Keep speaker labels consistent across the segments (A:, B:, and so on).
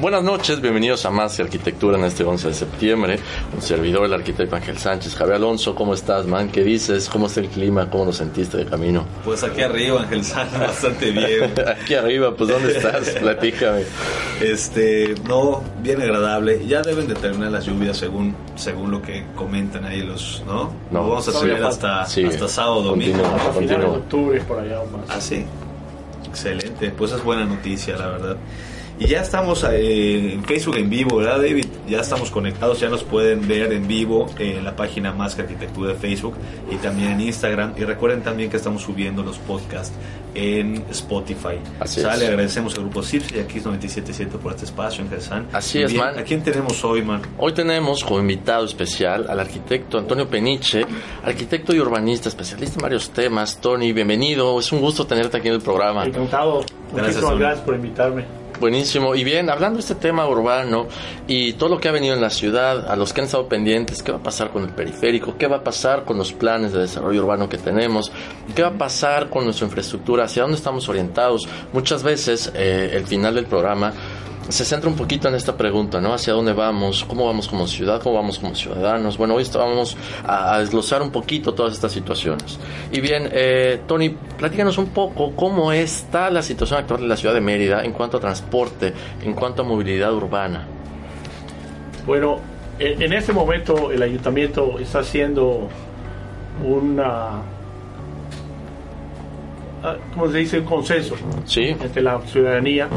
A: Buenas noches, bienvenidos a Más que Arquitectura en este 11 de septiembre. Un servidor, el arquitecto Ángel Sánchez. Javier Alonso, ¿cómo estás, man? ¿Qué dices? ¿Cómo está el clima? ¿Cómo lo sentiste de camino?
B: Pues aquí arriba, Ángel Sánchez, bastante bien.
A: Aquí arriba, pues ¿dónde estás? Platícame.
B: Este, no, bien agradable. Ya deben de terminar las lluvias según, según lo que comentan ahí los, ¿no?
A: No.
B: Lo vamos a
A: Todavía
B: subir
A: falta.
B: hasta,
A: Sí.
B: hasta sábado, domingo.
A: Continúa,
C: Finales de
A: continúa.
C: octubre por allá o más.
B: Ah, sí. Excelente. Pues es buena noticia, la verdad. Y ya estamos eh, en Facebook en vivo, ¿verdad, David? Ya estamos conectados, ya nos pueden ver en vivo en la página Más que Arquitectura de Facebook y también en Instagram. Y recuerden también que estamos subiendo los podcasts en Spotify.
A: Así es.
B: Sale, agradecemos al grupo CIPS y aquí es 977 por este espacio en Gersan.
A: Así es, man.
B: ¿A quién tenemos hoy, man?
A: Hoy tenemos como invitado especial al arquitecto Antonio Peniche, arquitecto y urbanista, especialista en varios temas. Tony, bienvenido. Es un gusto tenerte aquí en el programa.
C: Encantado. Muchísimas
B: Tony.
C: gracias por invitarme.
A: Buenísimo. Y bien, hablando de este tema urbano y todo lo que ha venido en la ciudad, a los que han estado pendientes, ¿qué va a pasar con el periférico? ¿Qué va a pasar con los planes de desarrollo urbano que tenemos? ¿Qué va a pasar con nuestra infraestructura? ¿Hacia dónde estamos orientados? Muchas veces eh, el final del programa se centra un poquito en esta pregunta, ¿no? ¿Hacia dónde vamos? ¿Cómo vamos como ciudad? ¿Cómo vamos como ciudadanos? Bueno, hoy estábamos a, a desglosar un poquito todas estas situaciones. Y bien, eh, Tony, platícanos un poco cómo está la situación actual de la ciudad de Mérida en cuanto a transporte, en cuanto a movilidad urbana.
C: Bueno, en, en este momento el ayuntamiento está haciendo una. ah, ¿Cómo se dice? Un consenso
A: Sí,
C: entre la ciudadanía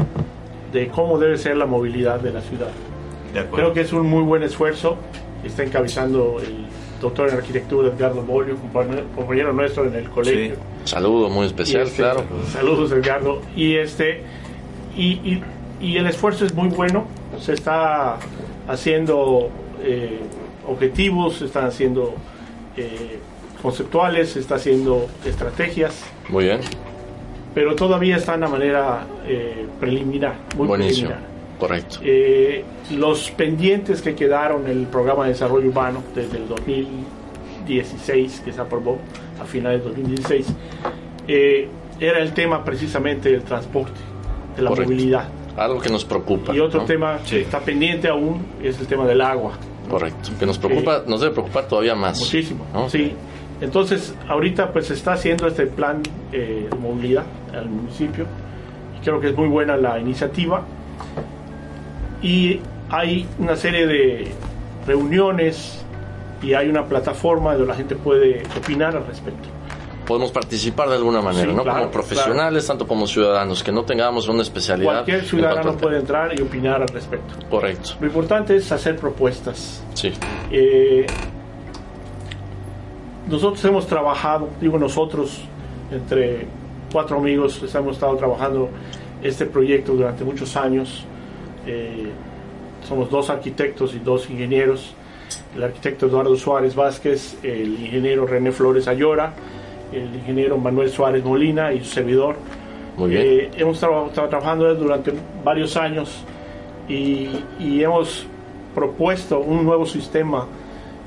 C: de cómo debe ser la movilidad de la ciudad.
B: De
C: Creo que es un muy buen esfuerzo. Está encabezando el doctor en arquitectura Edgardo Bolio, compañero, compañero nuestro en el colegio.
B: Sí.
A: saludo muy
C: Y
A: especial,
C: este,
A: claro.
C: Saludos, Edgardo. Y este y, y- y el esfuerzo es muy bueno. Se está haciendo eh, objetivos, se están haciendo eh, conceptuales, se está haciendo estrategias,
A: Muy bien,
C: pero todavía está de una manera eh, preliminar, muy
A: buenísimo.
C: preliminar.
A: Correcto.
C: Eh, los pendientes que quedaron en el programa de desarrollo urbano desde el 2016 que se aprobó a finales del 2016 eh, era el tema precisamente del transporte de la
A: Correcto.
C: movilidad
A: Algo que nos preocupa.
C: y otro
A: ¿no?
C: tema
B: Sí.
C: que está pendiente aún es el tema del agua
A: Correcto. Que nos preocupa, nos debe preocupar todavía más.
C: muchísimo
A: ¿no?
C: sí entonces ahorita pues se está haciendo este plan eh, de movilidad al municipio y creo que es muy buena la iniciativa y hay una serie de reuniones y hay una plataforma donde la gente puede opinar al respecto
A: podemos participar de alguna manera,
C: Sí,
A: ¿no?
C: claro,
A: como profesionales, tanto como ciudadanos, que no tengamos una especialidad.
C: cualquier
A: en
C: ciudadano
A: cuanto al
C: puede
A: tema.
C: entrar y opinar al respecto
A: Correcto,
C: lo importante es hacer propuestas
A: sí,
C: Eh, nosotros hemos trabajado, digo nosotros, entre cuatro amigos, pues, hemos estado trabajando este proyecto durante muchos años. Eh, somos dos arquitectos y dos ingenieros. El arquitecto Eduardo Suárez Vázquez, el ingeniero René Flores Ayora, el ingeniero Manuel Suárez Molina y su servidor.
A: muy bien.
C: Eh, hemos traba- estado trabajando durante varios años y, y hemos propuesto un nuevo sistema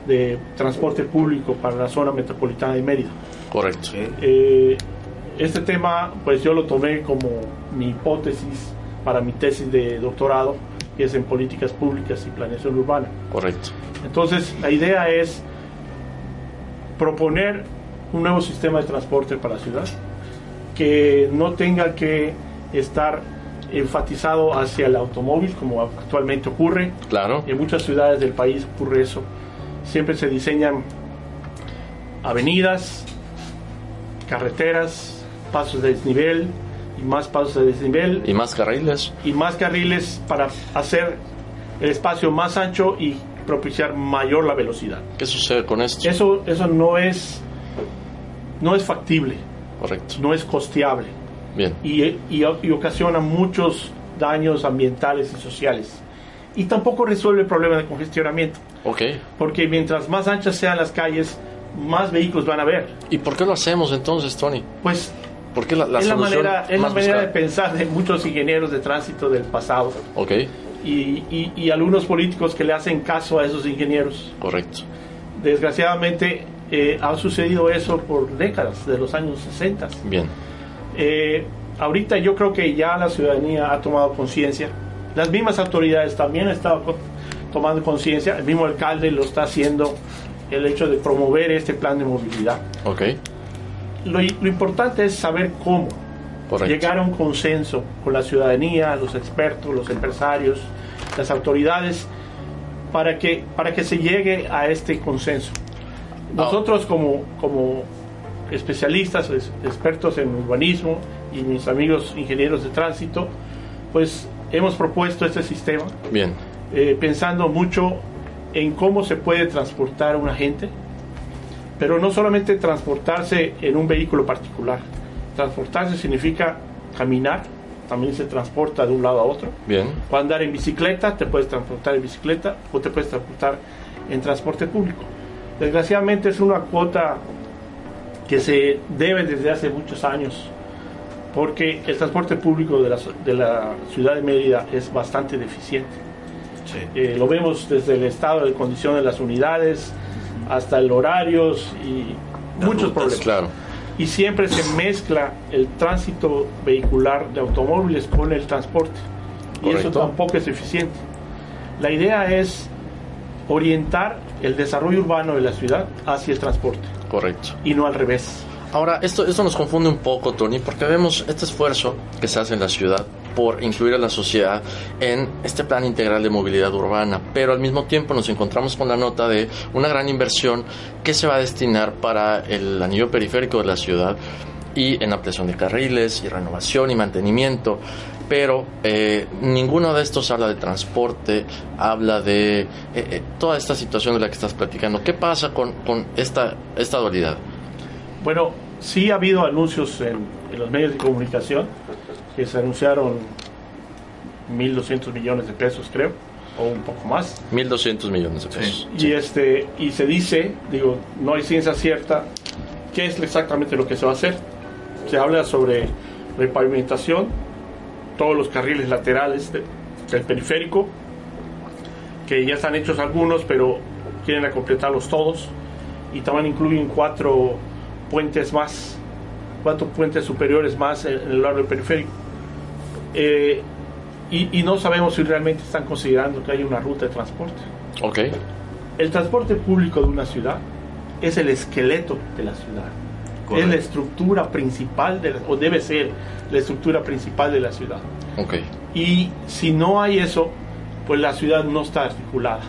C: de transporte público para la zona metropolitana de Mérida.
A: Correcto,
C: Eh, este tema, pues yo lo tomé como mi hipótesis para mi tesis de doctorado, que es en políticas públicas y planeación urbana.
A: correcto.
C: Entonces, la idea es proponer un nuevo sistema de transporte para la ciudad que no tenga que estar enfatizado hacia el automóvil como actualmente ocurre.
A: Claro,
C: En muchas ciudades del país ocurre eso, siempre se diseñan avenidas, carreteras, pasos de desnivel y más pasos de desnivel
A: Y más carriles.
C: y más carriles para hacer el espacio más ancho y propiciar mayor la velocidad.
A: ¿Qué sucede con esto?
C: Eso, eso no, es, no es factible,
A: Correcto.
C: no es costeable.
A: Bien.
C: y, y- y ocasiona muchos daños ambientales y sociales. Y tampoco resuelve el problema de congestionamiento,
A: Ok.
C: porque mientras más anchas sean las calles, más vehículos van a haber.
A: ¿Y por qué lo hacemos entonces, Tony?
C: Pues
A: ¿Por qué la, la
C: es la
A: solución
C: manera, es la
A: más
C: manera de
A: buscada?
C: pensar de muchos ingenieros de tránsito del pasado
A: Ok,
C: y, y- y algunos políticos que le hacen caso a esos ingenieros.
A: correcto.
C: Desgraciadamente eh, ha sucedido eso por décadas, de los años 60.
A: Bien.
C: Eh, ahorita yo creo que ya la ciudadanía ha tomado conciencia. Las mismas autoridades también han estado co- tomando conciencia. El mismo alcalde lo está haciendo el hecho de promover este plan de movilidad.
A: Ok,
C: Lo, i- lo importante es saber cómo
A: correcto.
C: llegar a un consenso con la ciudadanía, los expertos, los empresarios, las autoridades, para que, para que se llegue a este consenso. Nosotros como, como especialistas, es- expertos en urbanismo y mis amigos ingenieros de tránsito, pues hemos propuesto este sistema
A: Bien.
C: eh, pensando mucho en cómo se puede transportar un agente, pero no solamente transportarse en un vehículo particular. Transportarse significa caminar, también se transporta de un lado a otro.
A: Bien.
C: O andar en bicicleta, te puedes transportar en bicicleta o te puedes transportar en transporte público. Desgraciadamente es una cuota que se debe desde hace muchos años, porque el transporte público de la, de la ciudad de Mérida es bastante deficiente.
B: Sí.
C: Eh, lo vemos desde el estado de condición de las unidades hasta el horarios y
B: Las
C: muchos
B: rutas,
C: problemas.
A: Claro.
C: Y siempre se mezcla el tránsito vehicular de automóviles con el transporte. Y eso
A: Correcto.
C: tampoco es eficiente. La idea es orientar el desarrollo urbano de la ciudad hacia el transporte
A: Correcto.
C: y no al revés.
A: Ahora, esto, esto nos confunde un poco, Tony, porque vemos este esfuerzo que se hace en la ciudad por incluir a la sociedad en este plan integral de movilidad urbana, pero al mismo tiempo nos encontramos con la nota de una gran inversión que se va a destinar para el anillo periférico de la ciudad y en ampliación de carriles y renovación y mantenimiento, pero eh, ninguno de estos habla de transporte, habla de eh, eh, toda esta situación de la que estás platicando. ¿Qué pasa con, con esta, esta dualidad?
C: Bueno, sí ha habido anuncios en, en los medios de comunicación que se anunciaron 1.200 millones de pesos, creo, o un poco más.
A: 1.200 millones de pesos.
C: y este y se dice digo no hay ciencia cierta qué es exactamente lo que se va a hacer se habla sobre repavimentación todos los carriles laterales de- del periférico que ya están hechos algunos pero quieren completarlos todos y también incluyen cuatro puentes más cuatro puentes superiores más en, en el largo del periférico Eh, y, y no sabemos si realmente están considerando que hay una ruta de transporte
A: Ok,
C: el transporte público de una ciudad es el esqueleto de la ciudad. Es la
B: Correcto.
C: estructura principal, de la- o debe ser la estructura principal de la ciudad.
A: ok,
C: Y si no hay eso, pues la ciudad no está articulada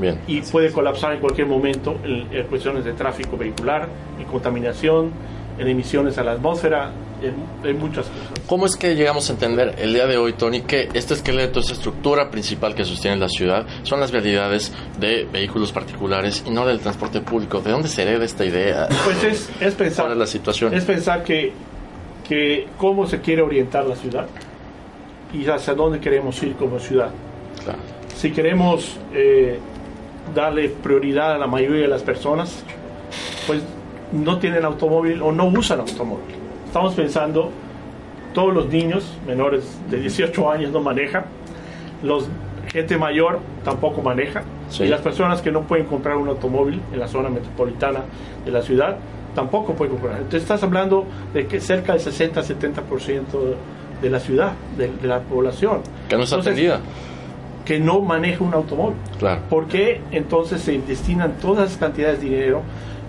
A: bien,
C: y puede colapsar en cualquier momento en, en cuestiones de tráfico vehicular, en contaminación, en emisiones a la atmósfera, en, en muchas cosas.
A: ¿Cómo es que llegamos a entender el día de hoy, Tony, que este esqueleto, esta estructura principal que sostiene la ciudad, son las vialidades de vehículos particulares y no del transporte público? ¿De dónde se hereda esta idea?
C: Pues es, es pensar...
A: ¿Cuál es la situación?
C: es pensar que, que cómo se quiere orientar la ciudad y hacia dónde queremos ir como ciudad.
A: Claro.
C: Si queremos eh, darle prioridad a la mayoría de las personas, pues no tienen automóvil o no usan automóvil. Estamos pensando, todos los niños menores de 18 años no manejan, los gente mayor tampoco maneja,
A: Sí.
C: y las personas que no pueden comprar un automóvil en la zona metropolitana de la ciudad tampoco pueden comprar. Entonces estás hablando de que cerca del 60-70% de la ciudad, de, de la población.
A: Que no está
C: Entonces,
A: atendida.
C: que no maneja un automóvil.
A: Claro.
C: ¿Por qué entonces se destinan todas las cantidades de dinero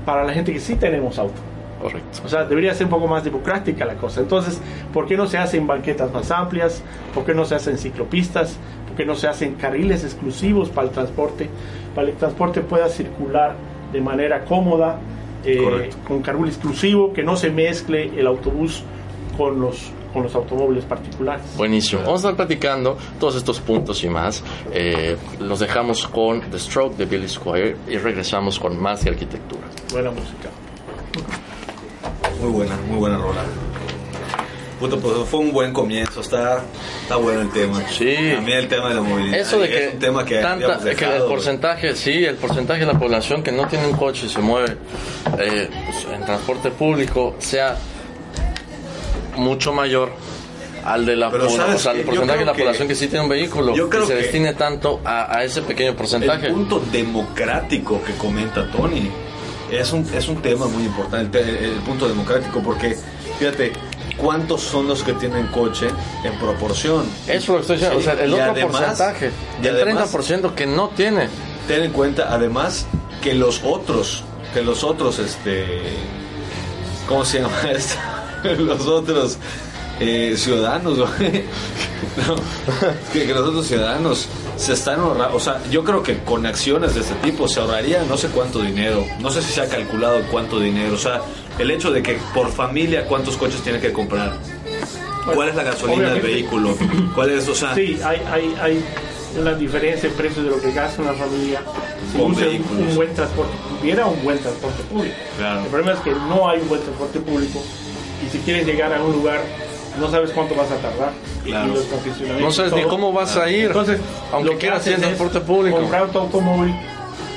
C: para la gente que sí tenemos auto?
A: Correcto.
C: O sea, debería ser un poco más democrática la cosa. Entonces, ¿por qué no se hacen banquetas más amplias? ¿Por qué no se hacen ciclopistas? ¿Por qué no se hacen carriles exclusivos para el transporte? para que el transporte pueda circular de manera cómoda, eh,
B: Correcto.
C: con carril exclusivo, que no se mezcle el autobús con los, con los automóviles particulares.
A: Buenísimo. Vamos a estar platicando todos estos puntos y más. Eh, los dejamos con The Stroke de Billy Squire y regresamos con más de arquitectura.
C: Buena música.
B: Muy buena, muy buena rola. Puto, pues fue un buen comienzo, está, está bueno el tema.
A: Sí.
B: A mí el tema de la movilidad.
A: Eso de
B: es
A: que,
B: un tema que,
A: tanta-
B: habíamos
A: que el
B: dejado,
A: porcentaje, sí, el porcentaje de la población que no tiene un coche y se mueve eh, pues, en transporte público sea mucho mayor al de la
B: Pero
A: po-
B: ¿sabes
A: o sea, al
B: qué? Yo
A: porcentaje de
B: creo
A: la
B: que-
A: población que sí tiene un vehículo
B: Yo creo
A: y se
B: que-
A: destine tanto a, a ese pequeño porcentaje.
B: El punto democrático que comenta Tony es un, es un tema muy importante, el, el punto democrático, porque fíjate, ¿cuántos son los que tienen coche en proporción?
A: Eso es lo que estoy diciendo,
B: Sí,
A: o sea, el
B: y
A: otro
B: además-
A: porcentaje,
B: y
A: el
B: además-
A: 30% que no tiene.
B: Ten en cuenta además que los otros, que los otros, este, ¿cómo se llama esto? Los otros eh, ciudadanos, güey. No, que, que los otros ciudadanos se están ahorrando, o sea, yo creo que con acciones de este tipo se ahorraría no sé cuánto dinero, no sé si se ha calculado cuánto dinero, o sea, el hecho de que por familia cuántos coches tiene que comprar, cuál es la gasolina del
C: Obviamente.
B: vehículo, cuál es, o sea,
C: Sí, hay, hay, hay una diferencia en precios de lo que gasta una familia si
B: Con
C: usa un-
B: vehículos.
C: un buen transporte. Tuviera un buen transporte público.
B: Claro.
C: El problema es que no hay un buen transporte público y si quieres llegar a un lugar no sabes cuánto vas a tardar.
B: Claro.
C: Y los concesionarios
A: No sabes
C: y
A: ni
C: todo.
A: cómo vas a ir,
C: Entonces,
A: aunque
C: lo que
A: quieras ir en
C: haces es
A: transporte público.
C: Comprar tu automóvil,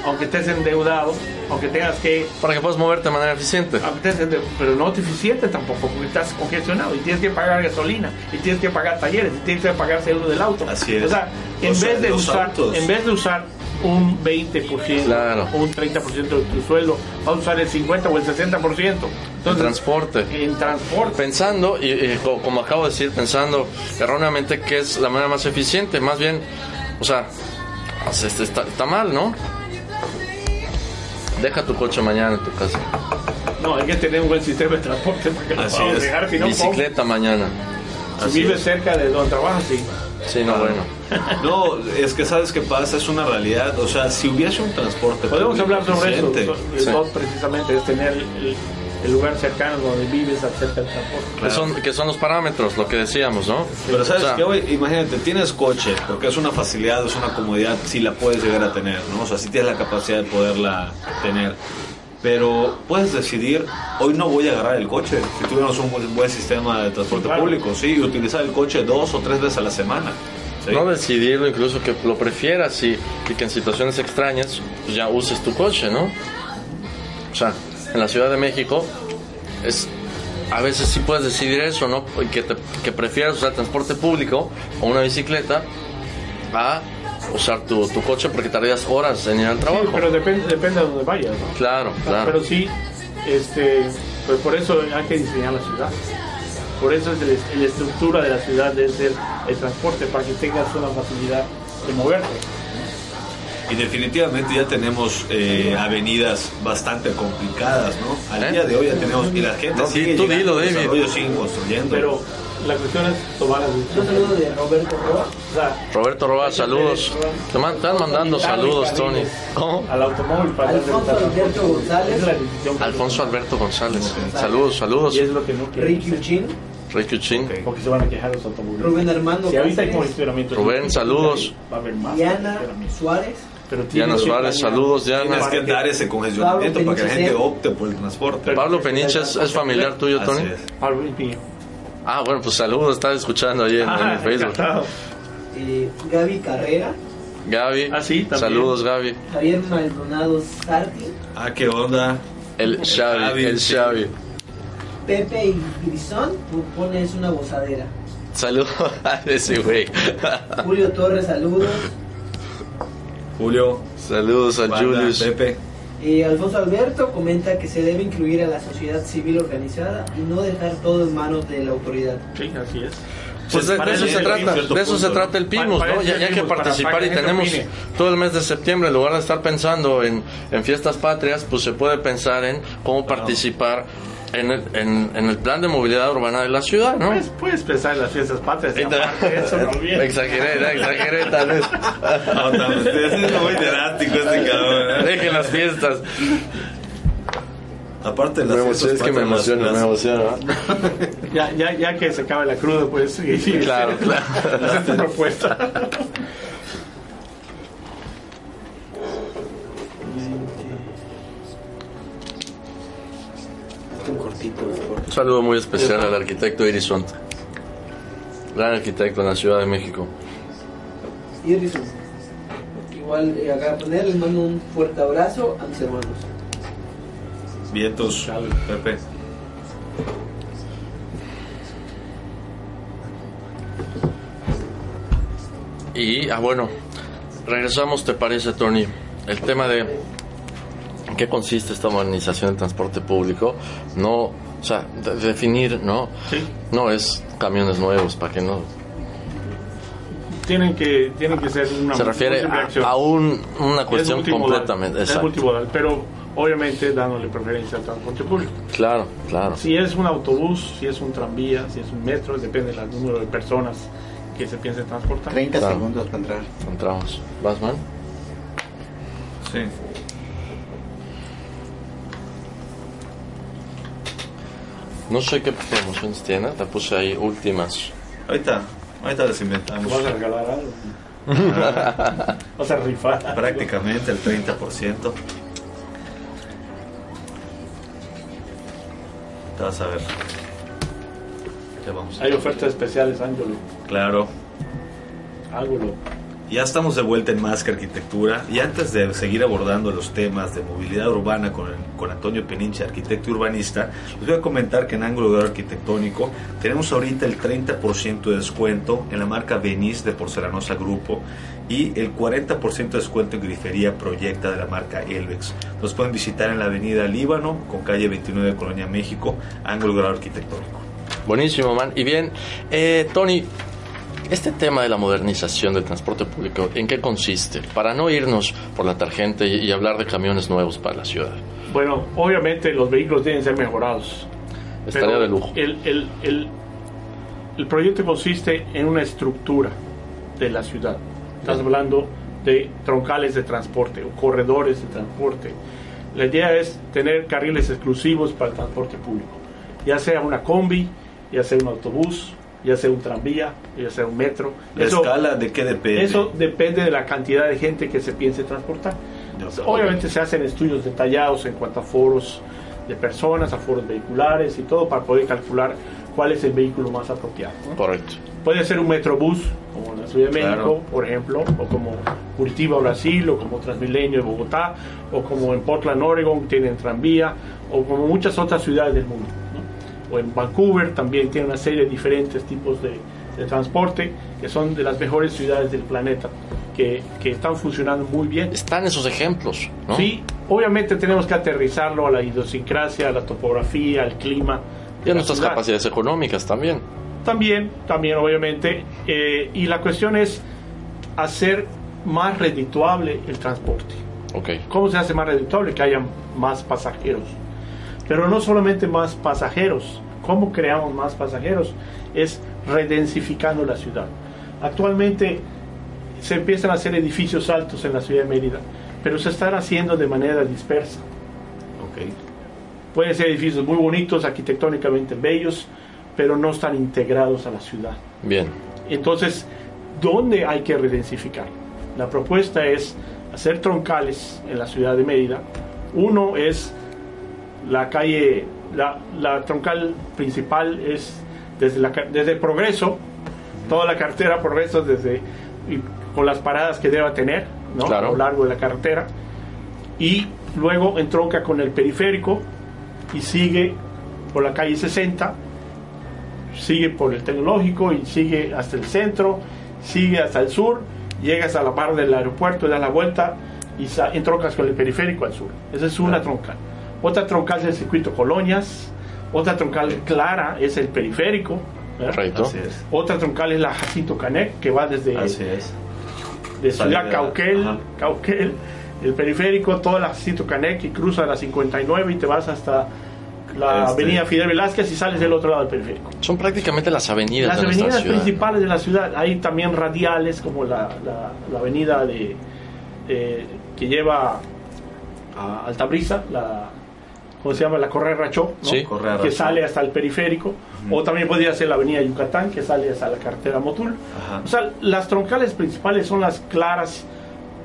C: aunque estés endeudado, aunque tengas que
A: Para que puedas moverte de manera eficiente.
B: Ah,
C: a veces es de- pero no es eficiente tampoco, porque estás congestionado y tienes que pagar gasolina, y tienes que pagar talleres, y tienes que pagar seguro del auto.
B: Así es.
C: O sea, en,
B: O sea,
C: vez, de
B: los
C: usar,
B: autos.
C: en vez de usar un 20%
A: Claro.
C: o un 30% de tu sueldo, vas a usar el 50 o el 60%. Entonces,
A: transporte.
C: En transporte.
A: pensando, y, y co- como acabo de decir, pensando erróneamente que es la manera más eficiente, más bien, o sea, pues, este, está, está mal, ¿no? Deja tu coche mañana en tu casa.
C: No, hay que tener un buen sistema de transporte para que lo
B: Así
C: podamos
B: es.
C: dejar, si no, ¿cómo?
A: Bicicleta mañana.
C: si
B: Así
C: vives
B: es.
C: cerca de donde trabajas, sí.
A: Sí, no, bueno.
B: No, es que sabes qué pasa, es una realidad. O sea, si hubiese un transporte.
C: Podemos
B: público
C: hablar sobre eso.
B: eficiente,
C: El
A: Sí.
C: dos, precisamente es tener el, el lugar cercano donde vives acerca del transporte.
A: Que son, que son los parámetros, lo que decíamos, ¿no?
B: Pero sabes
A: O sea,
B: qué, güey? imagínate, tienes coche, porque es una facilidad, es una comodidad, si la puedes llegar a tener, ¿no? O sea, si tienes la capacidad de poderla tener. Pero puedes decidir, hoy no voy a agarrar el coche. Si tuviéramos un buen, buen sistema de transporte
C: Claro.
B: público, sí, y utilizar el coche dos o tres veces a la semana. ¿sí?
A: No decidirlo, incluso que lo prefieras y, y que en situaciones extrañas pues, ya uses tu coche, ¿no? O sea, en la Ciudad de México es a veces sí puedes decidir eso, ¿no? Que, te- que prefieras usar transporte público o una bicicleta a usar tu, tu coche porque tardías horas en ir al
C: Sí,
A: trabajo.
C: pero depende, depende de donde vayas, ¿no?
A: Claro, claro.
C: Pero sí, este, pues por eso hay que diseñar la ciudad. Por eso es el- la estructura de la ciudad debe ser el transporte, para que tengas una facilidad de moverte.
B: Y definitivamente ya tenemos eh, avenidas bastante complicadas, ¿no? Al
A: ¿Eh?
B: día de hoy ya tenemos. Y la gente
A: No,
B: sigue
A: di- tú
B: llegando,
A: dilo,
B: el
A: David.
B: desarrollo sigue construyendo.
C: Pero la cuestión es tomar las decisiones. saludo de Roberto
A: Roberto Roa, Ah, saludos.
C: eh,
A: Te man- están mandando saludos, Tony. ¿Cómo?
C: Al automóvil para
D: Alfonso
C: hacer el transporte.
D: Alberto González.
C: Esa es la decisión que
A: Alfonso
C: toman.
A: Alberto González. Saludos, saludos.
C: Y es lo que no quieren
D: Ricky
C: hacer,
D: Uchin,
A: Ricky Uchin.
C: Porque se van a quejar los automóviles.
D: Rubén Armando
C: Si ahorita hay
D: Cáceres,
C: congestionamiento.
A: Rubén, saludos.
C: Va a haber más.
D: Diana
C: congestionamiento.
D: Suárez,
C: Pero tiene
A: Diana
C: que
A: Suárez,
C: planear.
A: saludos,
B: Tienes
A: Diana.
B: que dar ese congestionamiento
D: Pablo
B: para que la gente
D: Peniche.
B: opte por el transporte.
A: Pablo Peniche es, es familiar tuyo,
B: Así
A: Tony.
B: es.
C: Pablo es mío.
A: Ah, bueno, pues saludos, estaba escuchando ahí en, en
C: Ah,
A: el Facebook.
C: encantado.
D: eh, Gaby Carrera,
A: Gaby,
C: Ah, sí, también.
A: saludos Gaby.
D: Javier Maldonado Sarti,
B: Ah, qué onda.
A: El Xavi,
B: Xavi,
A: el
B: sí.
A: Xavi.
D: Pepe Grisón, propone es una gozadera.
A: Saludos a ese güey.
D: Julio Torres, saludos.
B: Julio,
A: Saludos a
B: Banda,
A: Julius.
B: Pepe.
D: Eh, Alfonso Alberto comenta que se debe incluir a la sociedad civil organizada y no dejar todo en manos de la autoridad.
C: Sí, así es.
A: Pues de, de
C: Para
A: eso
C: eso
A: se
C: es el
A: trata,
B: cierto
A: de eso
B: punto,
A: se
B: ¿no?
A: trata el PIMUS,
C: Para-
A: ¿no?
C: para
A: Ya,
C: eso
A: ya
C: el
A: que
C: PIMUS, para-
A: participar
C: para
A: y
C: que la
A: tenemos
C: gente
A: todo el mes de septiembre, en lugar de estar pensando en, en fiestas patrias, pues se puede pensar en cómo participar en el, en- en el plan de movilidad urbana de la ciudad, ¿no?
C: Puedes, puedes pensar en Pues, las fiestas patrias. y aparte eso también.
A: Exageré, ¿no? exageré tal vez.
B: Ah, No, también, usted es muy drástico este cabrón. ¿eh?
A: Dejen las fiestas.
B: Aparte de las
A: Me
B: fiestas
A: emociona, es que me
B: patrias, las-
A: emociona, me
B: las-
A: emociona.
C: Ya, ya, ya que se acabe la cruda, pues, puedes seguir.
A: Claro, claro.
C: Esa es tu propuesta.
A: Un saludo muy especial al arquitecto Iris Honta. Gran arquitecto en la Ciudad de México.
D: Y Rizzo. Igual eh, acá poner, les mando un fuerte abrazo a mis hermanos.
B: Vientos, Pepe.
A: Y, ah, bueno, regresamos, ¿te parece, Tony? El tema de en qué consiste esta modernización del transporte público. No, o sea, de- definir, ¿no? No es camiones nuevos, para que no.
C: Tienen que, tienen que ser una
A: Se refiere
C: múltiple
A: a,
C: acción.
A: a un- una
C: Es
A: cuestión
C: multimodal,
A: completamente.
C: Es
A: Exacto.
C: multimodal, pero obviamente dándole preferencia al transporte público.
A: Claro, claro.
C: Si es un autobús, si es un tranvía, si es un metro, depende del número de personas que se piense transportar.
E: 30
A: Claro.
E: segundos para entrar.
A: Entramos. ¿Vas, man?
B: Sí.
A: No sé qué promociones tiene, la puse ahí últimas.
B: Ahorita, ahorita les inventamos.
C: ¿Vas a regalar algo? ¿Vas a rifar?
B: Prácticamente el 30%. Te vas a ver. Ya vamos.
C: Hay ofertas especiales, Ángelo.
B: Claro.
C: Ángelo.
B: Ya estamos de vuelta en Más que Arquitectura y antes de seguir abordando los temas de movilidad urbana con, con Antonio Peninche, arquitecto y urbanista, les voy a comentar que en Ángulo de Oro Arquitectónico tenemos ahorita el 30% de descuento en la marca Venice de Porcelanosa Grupo y el 40% de descuento en grifería proyecta de la marca Elvex. Nos pueden visitar en la avenida Líbano con calle 29 de Colonia México, Ángulo de Oro Arquitectónico.
A: Buenísimo, man. Y bien, eh, Tony, este tema de la modernización del transporte público, ¿en qué consiste? Para no irnos por la tarjeta y, y hablar de camiones nuevos para la ciudad.
C: Bueno, obviamente los vehículos tienen que ser mejorados.
A: Estaría
C: Pero
A: de lujo.
C: El, el- el- el proyecto consiste en una estructura de la ciudad. Estás hablando de troncales de transporte o corredores de transporte. La idea es tener carriles exclusivos para el transporte público, ya sea una combi, ya sea un autobús, ya sea un tranvía, ya sea un metro.
B: ¿La
C: Eso-
B: escala de qué depende?
C: eso depende de la cantidad de gente que se piense transportar.
B: Ya.
C: Obviamente se hacen estudios detallados en cuanto a foros de personas, aforos vehiculares y todo para poder calcular cuál es el vehículo más apropiado. ¿no?
A: Correcto.
C: Puede ser un metrobús, como en la Ciudad de México,
B: Claro.
C: por ejemplo, o como Curitiba, Brasil, o como Transmilenio de Bogotá, o como en Portland, Oregon, tienen tranvía, o como muchas otras ciudades del mundo. ¿no? O en Vancouver también tiene una serie de diferentes tipos de, de transporte que son de las mejores ciudades del planeta, que, que están funcionando muy bien.
A: Están esos ejemplos, ¿no?
C: Sí, obviamente tenemos que aterrizarlo a la idiosincrasia, a la topografía, al clima.
A: Y
C: de
A: a
C: la
A: nuestras
C: ciudad.
A: capacidades económicas también.
C: También, también obviamente. eh, y la cuestión es hacer más redituable el transporte.
A: Ok.
C: ¿Cómo se hace más redituable? Que haya más pasajeros. Pero no solamente más pasajeros. ¿Cómo creamos más pasajeros? Es redensificando la ciudad. Actualmente se empiezan a hacer edificios altos en la ciudad de Mérida, pero se están haciendo de manera dispersa.
B: Ok.
C: Pueden ser edificios muy bonitos, arquitectónicamente bellos, pero no están integrados a la ciudad.
A: Bien.
C: Entonces, ¿dónde hay que redensificar? La propuesta es hacer troncales en la ciudad de Mérida. Uno es la calle, la, la troncal principal es desde, la, ca- desde Progreso, toda la carretera Progreso desde y con las paradas que deba tener, ¿no?
A: Claro.
C: A lo largo de la carretera. Y luego entronca con el periférico y sigue por la calle 60 sigue por el tecnológico y sigue hasta el centro, sigue hasta el sur, llegas a la par del aeropuerto, das la vuelta y sa- y troncas con el periférico al sur. Esa es una troncal. Otra troncal es el circuito Colonias, otra troncal clara es el periférico, ¿verdad?
A: Correcto.
B: Así es.
C: otra troncal es la Jacinto Canek que va desde
B: Así es.
C: de Ciudad
B: Salida,
C: Cauquel,
B: ajá.
C: Cauquel, el periférico, toda la Cito Canec y cruza la 59 y te vas hasta la
A: Este.
C: avenida Fidel Velázquez y sales del otro lado del periférico.
A: Son prácticamente las avenidas
C: Las
A: de nuestra
C: avenidas
A: ciudad.
C: principales de la ciudad, hay también radiales como la, la- la avenida de, eh, que lleva a Altabrisa, la, ¿cómo se llama? La Correa Rachó, ¿no?
A: Sí,
B: Correa
C: que
B: Rachó.
C: sale hasta el periférico. O también podría ser la avenida Yucatán, que sale hasta la carretera Motul.
B: Ajá.
C: O sea, las troncales principales son las claras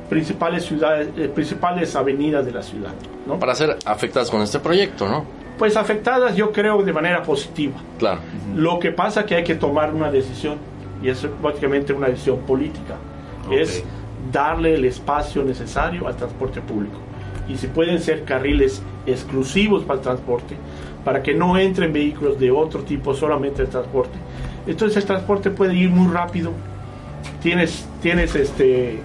C: principales ciudades, eh, principales avenidas de la ciudad, ¿no?
A: Para ser afectadas con este proyecto, ¿no?
C: Pues afectadas yo creo de manera positiva.
A: Claro.
C: Lo que pasa es que hay que tomar una decisión, y es prácticamente una decisión política,
B: Ok.
C: es darle el espacio necesario al transporte público. Y si pueden ser carriles exclusivos para el transporte, para que no entren vehículos de otro tipo, solamente el transporte. Entonces el transporte puede ir muy rápido, tienes, tienes este,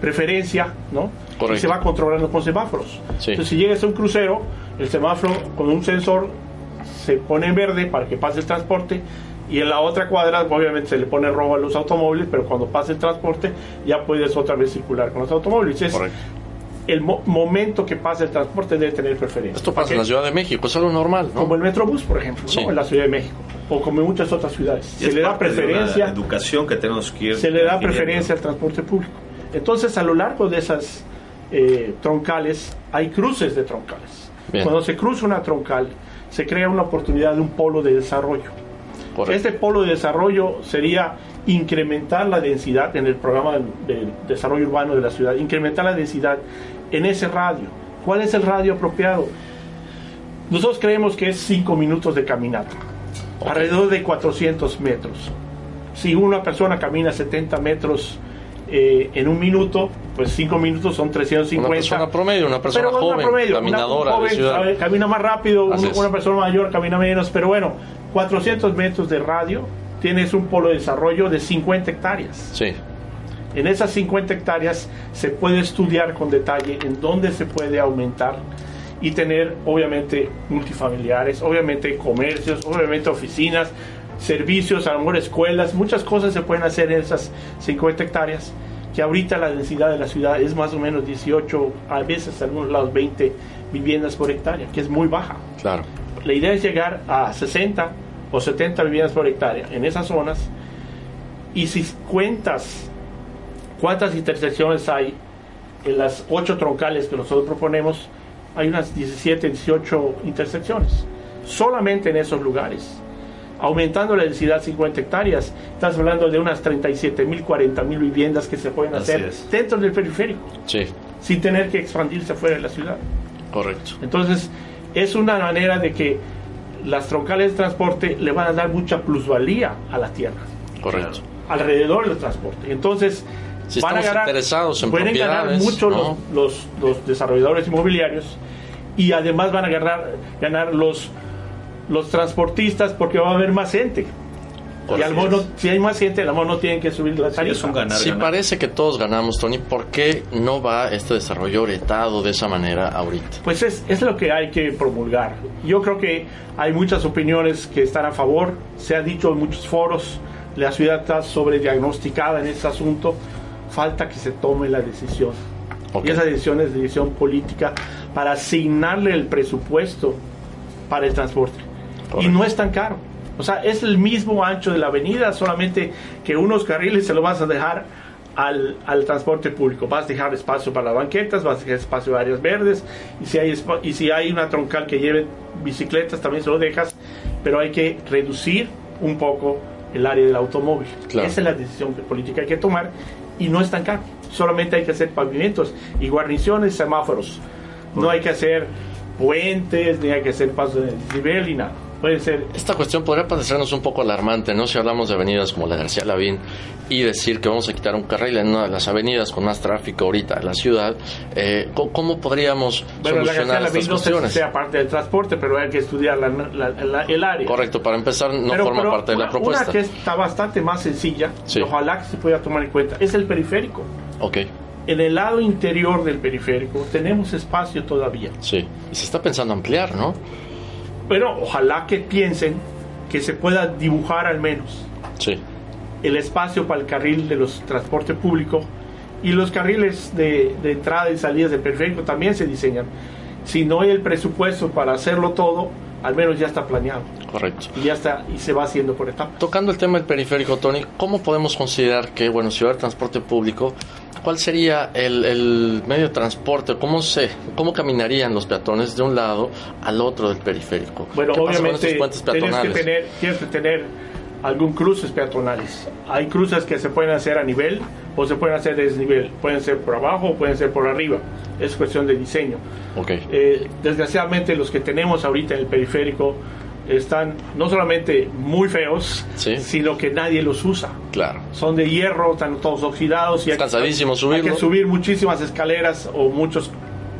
C: preferencia, ¿no?
A: Correcto.
C: Y se va controlando con semáforos.
A: Sí.
C: Entonces si llegas a un crucero, el semáforo con un sensor se pone en verde para que pase el transporte y en la otra cuadra obviamente se le pone rojo a los automóviles, pero cuando pase el transporte ya puedes otra vez circular con los automóviles. Es
A: Correcto.
C: el mo- momento que pase el transporte debe tener preferencia.
A: Esto pasa en la
C: Porque-
A: Ciudad de México, es algo normal, ¿no?
C: Como el Metrobús, por ejemplo,
A: Sí.
C: ¿no? en la Ciudad de México, o como en muchas otras ciudades.
B: Y
C: Se
B: es
C: le da
B: parte de una
C: preferencia
B: educación que tenemos que ir.
C: se le da
B: adquiriendo.
C: preferencia al transporte público. Entonces, a lo largo de esas eh, troncales, hay cruces de troncales.
A: Bien.
C: Cuando se cruza una troncal, se crea una oportunidad de un polo de desarrollo.
A: Correcto.
C: Este polo de desarrollo sería incrementar la densidad en el programa de, de desarrollo urbano de la ciudad, incrementar la densidad en ese radio. ¿Cuál es el radio apropiado? Nosotros creemos que es 5 minutos de caminata, alrededor de 400 metros. Si una persona camina 70 metros eh, en un minuto, pues 5 minutos son 350.
A: Una persona promedio, una persona
C: Pero
A: joven,
C: una- un
A: caminadora de
C: joven,
A: ciudad.
C: sabe, Camina más rápido, un-
A: Así es.
C: una persona mayor camina menos, pero bueno, 400 metros de radio, tienes un polo de desarrollo de 50 hectáreas.
A: Sí,
C: En esas 50 hectáreas se puede estudiar con detalle en dónde se puede aumentar y tener obviamente multifamiliares, obviamente comercios, obviamente oficinas, servicios, a lo mejor escuelas, muchas cosas se pueden hacer en esas 50 hectáreas que ahorita la densidad de la ciudad es más o menos 18, a veces en algunos lados 20 viviendas por hectárea, que es muy baja.
A: claro.
C: La idea es llegar a 60 o 70 viviendas por hectárea en esas zonas. Y si cuentas cuántas intersecciones hay en las ocho troncales que nosotros proponemos, hay unas 17, 18 intersecciones. Solamente en esos lugares. Aumentando la densidad 50 hectáreas, estás hablando de unas 37 mil, 40 mil viviendas que se pueden
B: Así
C: hacer
B: es.
C: dentro del periférico,
A: Sí,
C: sin tener que expandirse fuera de la ciudad.
A: correcto.
C: Entonces, es una manera de que las troncales de transporte le van a dar mucha plusvalía a las tierras
A: Correcto.
C: alrededor del transporte. Entonces,
A: Si estamos interesados en
C: pueden ganar
A: propiedades,
C: mucho
A: ¿no?
C: los, los- los desarrolladores inmobiliarios y además van a ganar, ganar los, los transportistas porque va a haber más gente.
B: Así
C: y al mono,
B: es.
C: si hay más gente, al mono no tienen que subir la
B: Sí,
C: tarifa.
B: es un ganar,
A: Si
B: ganar.
A: parece que todos ganamos, Tony, ¿por qué no va este desarrollo orientado de esa manera ahorita?
C: Pues es, es lo que hay que promulgar. Yo creo que hay muchas opiniones que están a favor, se ha dicho en muchos foros, la ciudad está sobrediagnosticada en este asunto, falta que se tome la decisión.
A: Ok.
C: Y esa decisión es decisión política para asignarle el presupuesto para el transporte. Y
A: Correcto.
C: no es tan caro. O sea, es el mismo ancho de la avenida, solamente que unos carriles se lo vas a dejar al, al transporte público. Vas a dejar espacio para las banquetas, vas a dejar espacio para áreas verdes. Y si hay, espa- y si hay una troncal que lleve bicicletas, también se lo dejas. Pero hay que reducir un poco el área del automóvil.
A: Claro.
C: Esa es la decisión que- política que hay que tomar. Y no es tan caro. Solamente hay que hacer pavimentos y guarniciones, semáforos. No hay que hacer puentes, ni hay que hacer pasos de nivel ni nada. Puede ser
A: Esta cuestión podría parecernos un poco alarmante, ¿no? Si hablamos de avenidas como la García Lavín y decir que vamos a quitar un carril en una de las avenidas con más tráfico ahorita en la ciudad, eh, ¿cómo- ¿cómo podríamos
C: Bueno, la
A: solucionar
C: García
A: estas
C: Lavín no sé si
A: cuestiones?
C: sea parte del transporte, pero hay que estudiar la- la- la- el área.
A: Correcto, para empezar, no
C: Pero-
A: forma
C: pero
A: parte de
C: una,
A: la propuesta.
C: Una que está bastante más sencilla,
A: Sí.
C: ojalá que se pueda tomar en cuenta, es el periférico.
A: Ok,
C: En el lado interior del periférico tenemos espacio todavía.
A: sí. Y se está pensando ampliar, ¿no?
C: Pero ojalá que piensen que se pueda dibujar al menos
A: Sí,
C: el espacio para el carril de los transporte público y los carriles de, de entrada y salida del periférico también se diseñan. Si no hay el presupuesto para hacerlo todo, al menos ya está planeado
A: Correcto.
C: y ya está y se va haciendo por etapas.
A: Tocando el tema del periférico, Tony, ¿cómo podemos considerar que, bueno, si va a haber transporte público, cuál sería el, el medio de transporte? ¿Cómo se, cómo caminarían los peatones de un lado al otro del periférico?
C: Bueno,
A: ¿Qué pasa con estos
C: obviamente
A: puentes
C: tienes que,
A: peatonales?
C: tener, tienes que tener algún cruces peatonales. Hay cruces que se pueden hacer a nivel o se pueden hacer desnivel. Pueden ser por abajo o pueden ser por arriba. Es cuestión de diseño.
A: Ok.
C: Eh, desgraciadamente los que tenemos ahorita en el periférico están no solamente muy feos,
A: Sí.
C: sino que nadie los usa.
A: Claro.
C: Son de hierro, están todos oxidados y hay,
A: Cansadísimo
C: hay
A: subirlo.
C: que subir muchísimas escaleras o muchos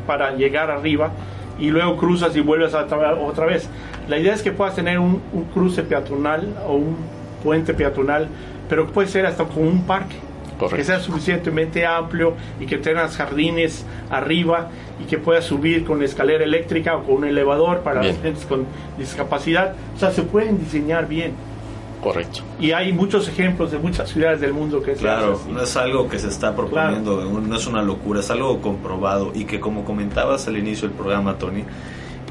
C: para llegar arriba y luego cruzas y vuelves a tra- otra vez. La idea es que puedas tener un, un cruce peatonal o un puente peatonal, pero puede ser hasta como un parque.
A: Correcto.
C: Que sea suficientemente amplio y que tengas jardines arriba y que puedas subir con escalera eléctrica o con un elevador para
A: Bien.
C: las gentes con discapacidad. O sea, se pueden diseñar bien.
A: Correcto.
C: Y hay muchos ejemplos de muchas ciudades del mundo que se
B: Claro,
C: hacen así.
B: no es algo que se está proponiendo, un- no es una locura, es algo comprobado y que como comentabas al inicio del programa, Tony,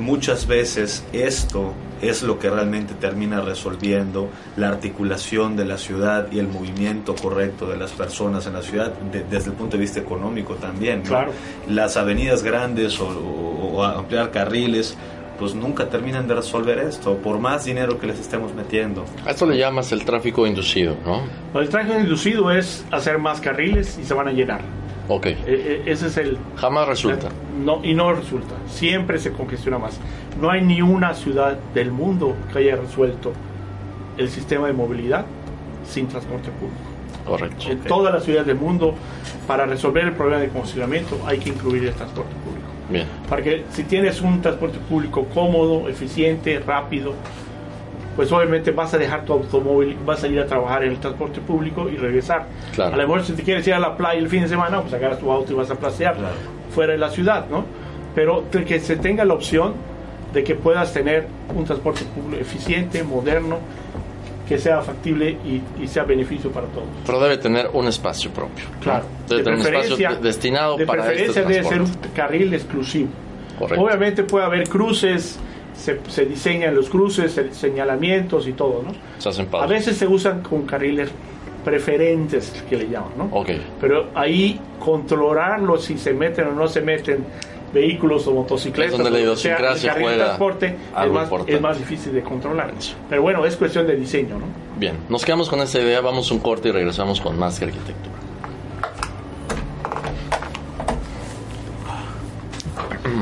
B: muchas veces esto es lo que realmente termina resolviendo la articulación de la ciudad y el movimiento correcto de las personas en la ciudad de- desde el punto de vista económico también. ¿no?
C: Claro.
B: Las avenidas grandes o, o- o ampliar carriles pues nunca terminan de resolver esto, por más dinero que les estemos metiendo.
A: A esto le llamas el tráfico inducido, ¿no?
C: El tráfico inducido es hacer más carriles y se van a llenar.
A: Ok.
C: E- e- ese es el...
A: Jamás resulta.
C: No, y no resulta. Siempre se congestiona más. No hay ni una ciudad del mundo que haya resuelto el sistema de movilidad sin transporte público.
A: Correcto.
C: En todas las ciudades del mundo, para resolver el problema de congestionamiento, hay que incluir el transporte público.
A: Bien.
C: Para que si tienes un transporte público cómodo, eficiente, rápido, pues obviamente vas a dejar tu automóvil, vas a ir a trabajar en el transporte público y regresar.
A: Claro.
C: A lo mejor si te quieres ir a la playa el fin de semana, pues agarras tu auto y vas a placear
B: Claro.
C: fuera de la ciudad, ¿no? Pero te- que se tenga la opción de que puedas tener un transporte público eficiente, moderno, que sea factible y, y sea beneficio para todos.
A: Pero debe tener un espacio propio. ¿no?
C: Claro.
A: Debe tener un espacio de- destinado
C: de
A: para este
C: preferencia debe ser un
A: transporte.
C: carril exclusivo.
A: Correcto.
C: Obviamente puede haber cruces, se, se diseñan los cruces, se- señalamientos y todo, ¿no?
A: Se hacen
C: A
A: pausas.
C: veces se usan con carriles preferentes, que le llaman, ¿no?
A: Ok.
C: Pero ahí controlarlo si se meten o no se meten vehículos o motocicletas.
A: Es donde la
C: o lo que
A: idiosincrasia
C: el carril de
A: juega
C: transporte es
A: algo
C: más,
A: importante.
C: es más difícil de controlar. Pero bueno, es cuestión de diseño, ¿no?
A: Bien. Nos quedamos con esta idea. Vamos a un corte y regresamos con más que arquitectura.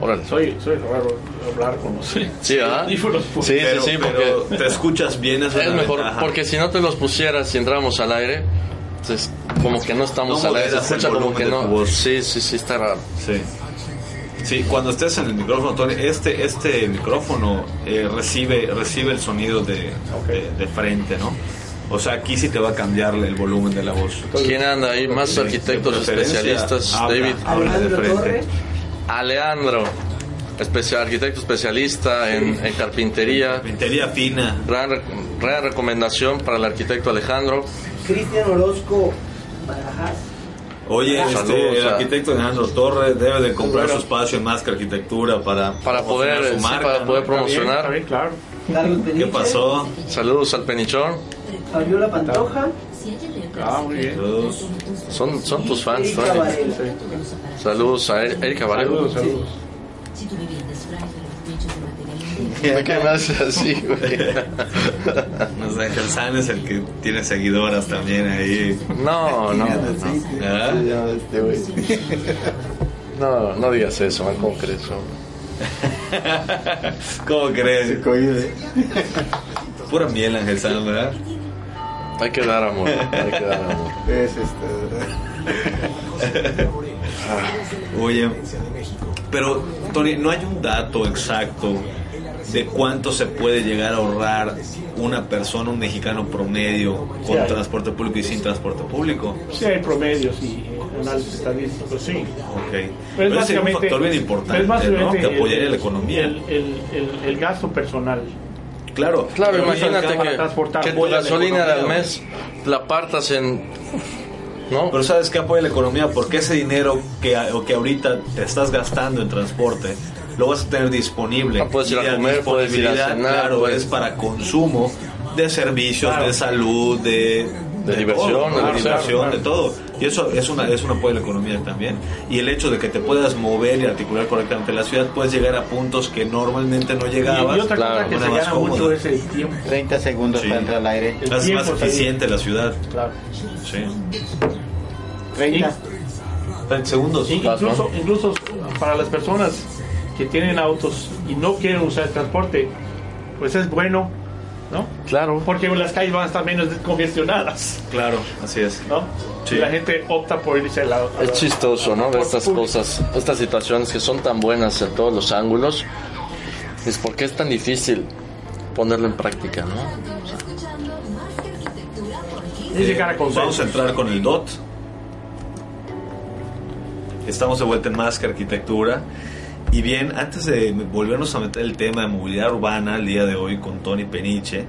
A: Órale.
C: Soy, soy raro hablar con los
A: Sí, ¿ah? ¿verdad?
C: audífonos, pues.
A: Sí,
B: Pero-
A: sí, sí, porque
B: pero te escuchas bien, eso
A: es
B: una
A: mejor.
B: ventaja.
A: Porque si no te los pusieras y entramos al aire, entonces como que no estamos
B: No
A: al aire. Se
B: moderas el
A: escucha como que
B: volumen de tu
A: no.
B: voz.
A: Sí, sí, sí, está raro.
B: Sí. Sí, cuando estés en el micrófono, Tony, este, este micrófono eh, recibe, recibe el sonido de, de- de frente, ¿no? O sea, aquí sí te va a cambiar el volumen de la voz.
A: ¿Quién anda ahí? Más
B: De- de
A: arquitectos
B: preferencia,
A: especialistas.
C: Ah,
B: habla,
A: David.
B: habla de
D: Alejandro
B: frente.
D: Torres.
A: Alejandro, especia- arquitecto especialista en, en carpintería.
B: Carpintería fina.
A: Gran, re- gran recomendación para el arquitecto Alejandro.
D: Cristian Orozco Barajas.
B: Oye, este,
A: Saludos
B: el
A: a-
B: arquitecto Alejandro Torres debe de comprar su espacio en Más que Arquitectura para,
A: Para
B: promocionar
A: poder,
B: su
A: sí,
B: marca,
A: para
B: ¿no?
A: poder
C: Está bien,
A: promocionar.
C: está bien, claro.
D: Carlos
B: ¿Qué
D: Peniche.
B: pasó?
A: Saludos al Penichón.
D: Fabiola Pantoja.
C: Ah, muy bien.
B: Saludos.
A: Son, son tus fans.
D: Erika
A: ¿no?
D: Varela.
A: Saludos a Er- Erika Varela.
C: Saludos, saludos.
A: ¿De qué me haces así, güey?
B: Nos deja el San es el que tiene seguidoras también ahí.
A: No, no, no.
B: ¿Ah?
A: No, no digas eso, man, ¿cómo crees?
B: ¿Cómo crees? Pura miel, Ángel San, ¿verdad?
A: Hay que dar amor, hay que dar amor.
B: Oye, pero Tony, no hay un dato exacto de cuánto se puede llegar a ahorrar una persona, un mexicano promedio,
C: Sí
B: con
C: hay.
B: transporte público y sin transporte público.
C: Sí, hay promedios y eh, análisis estadísticos, sí.
B: Ok.
C: Pero
B: Pero ese es un factor bien
C: pero es
B: importante, ¿no?
C: básicamente
B: Que apoyaría
C: el-
B: la economía.
C: El, el- el- el gasto personal.
B: claro,
A: Claro,
B: Pero
A: imagínate
B: acaba-
C: para
A: que,
C: transportar
A: que tu
B: pollo de
A: gasolina
B: economía,
A: del
B: güey.
A: mes la partas en. ¿No?
B: Pero sabes que apoya la economía porque ese dinero que, o que ahorita te estás gastando en transporte lo vas a tener disponible.
A: Ah, puedes ir a
B: Y la
A: comer, puedes ir a
B: disponibilidad,
A: cenar,
B: Claro,
A: puedes-
B: es para consumo de servicios, de salud, de,
A: De diversión,
B: todo,
A: de
B: de,
A: claro,
B: diversión,
A: claro.
B: de todo. Y eso es, una, es un apoyo a la economía también. Y el hecho de que te puedas mover y articular correctamente la ciudad, puedes llegar a puntos que normalmente no llegabas.
C: Y, y otra
A: claro,
C: cosa que
B: una
C: se
B: más
C: gana
B: cómoda.
C: mucho es el tiempo.
E: 30 segundos
B: Sí.
E: para entrar al aire.
C: El
B: Es
C: tiempo
B: más
C: también.
B: eficiente la ciudad.
C: Claro.
B: Sí.
E: 30.
B: 30 segundos.
C: In-
A: Vas,
C: Incluso, incluso para las personas que tienen autos y no quieren usar el transporte, pues es bueno, ¿no?
A: Claro.
C: Porque las calles van a estar menos congestionadas,
B: Claro, así es.
C: ¿no?
B: Sí.
C: Y la gente opta por irse al lado.
A: Es chistoso, ¿no? Ver estas cosas, estas situaciones que son tan buenas en todos los ángulos. Es porque es tan difícil ponerlo en práctica, ¿no?
C: Y llegar a
B: Eh, Vamos a
C: consenso.
B: entrar con el DOT. Estamos de vuelta en Más que Arquitectura. Y bien, antes de volvernos a meter el tema de movilidad urbana el día de hoy con Tony Peniche,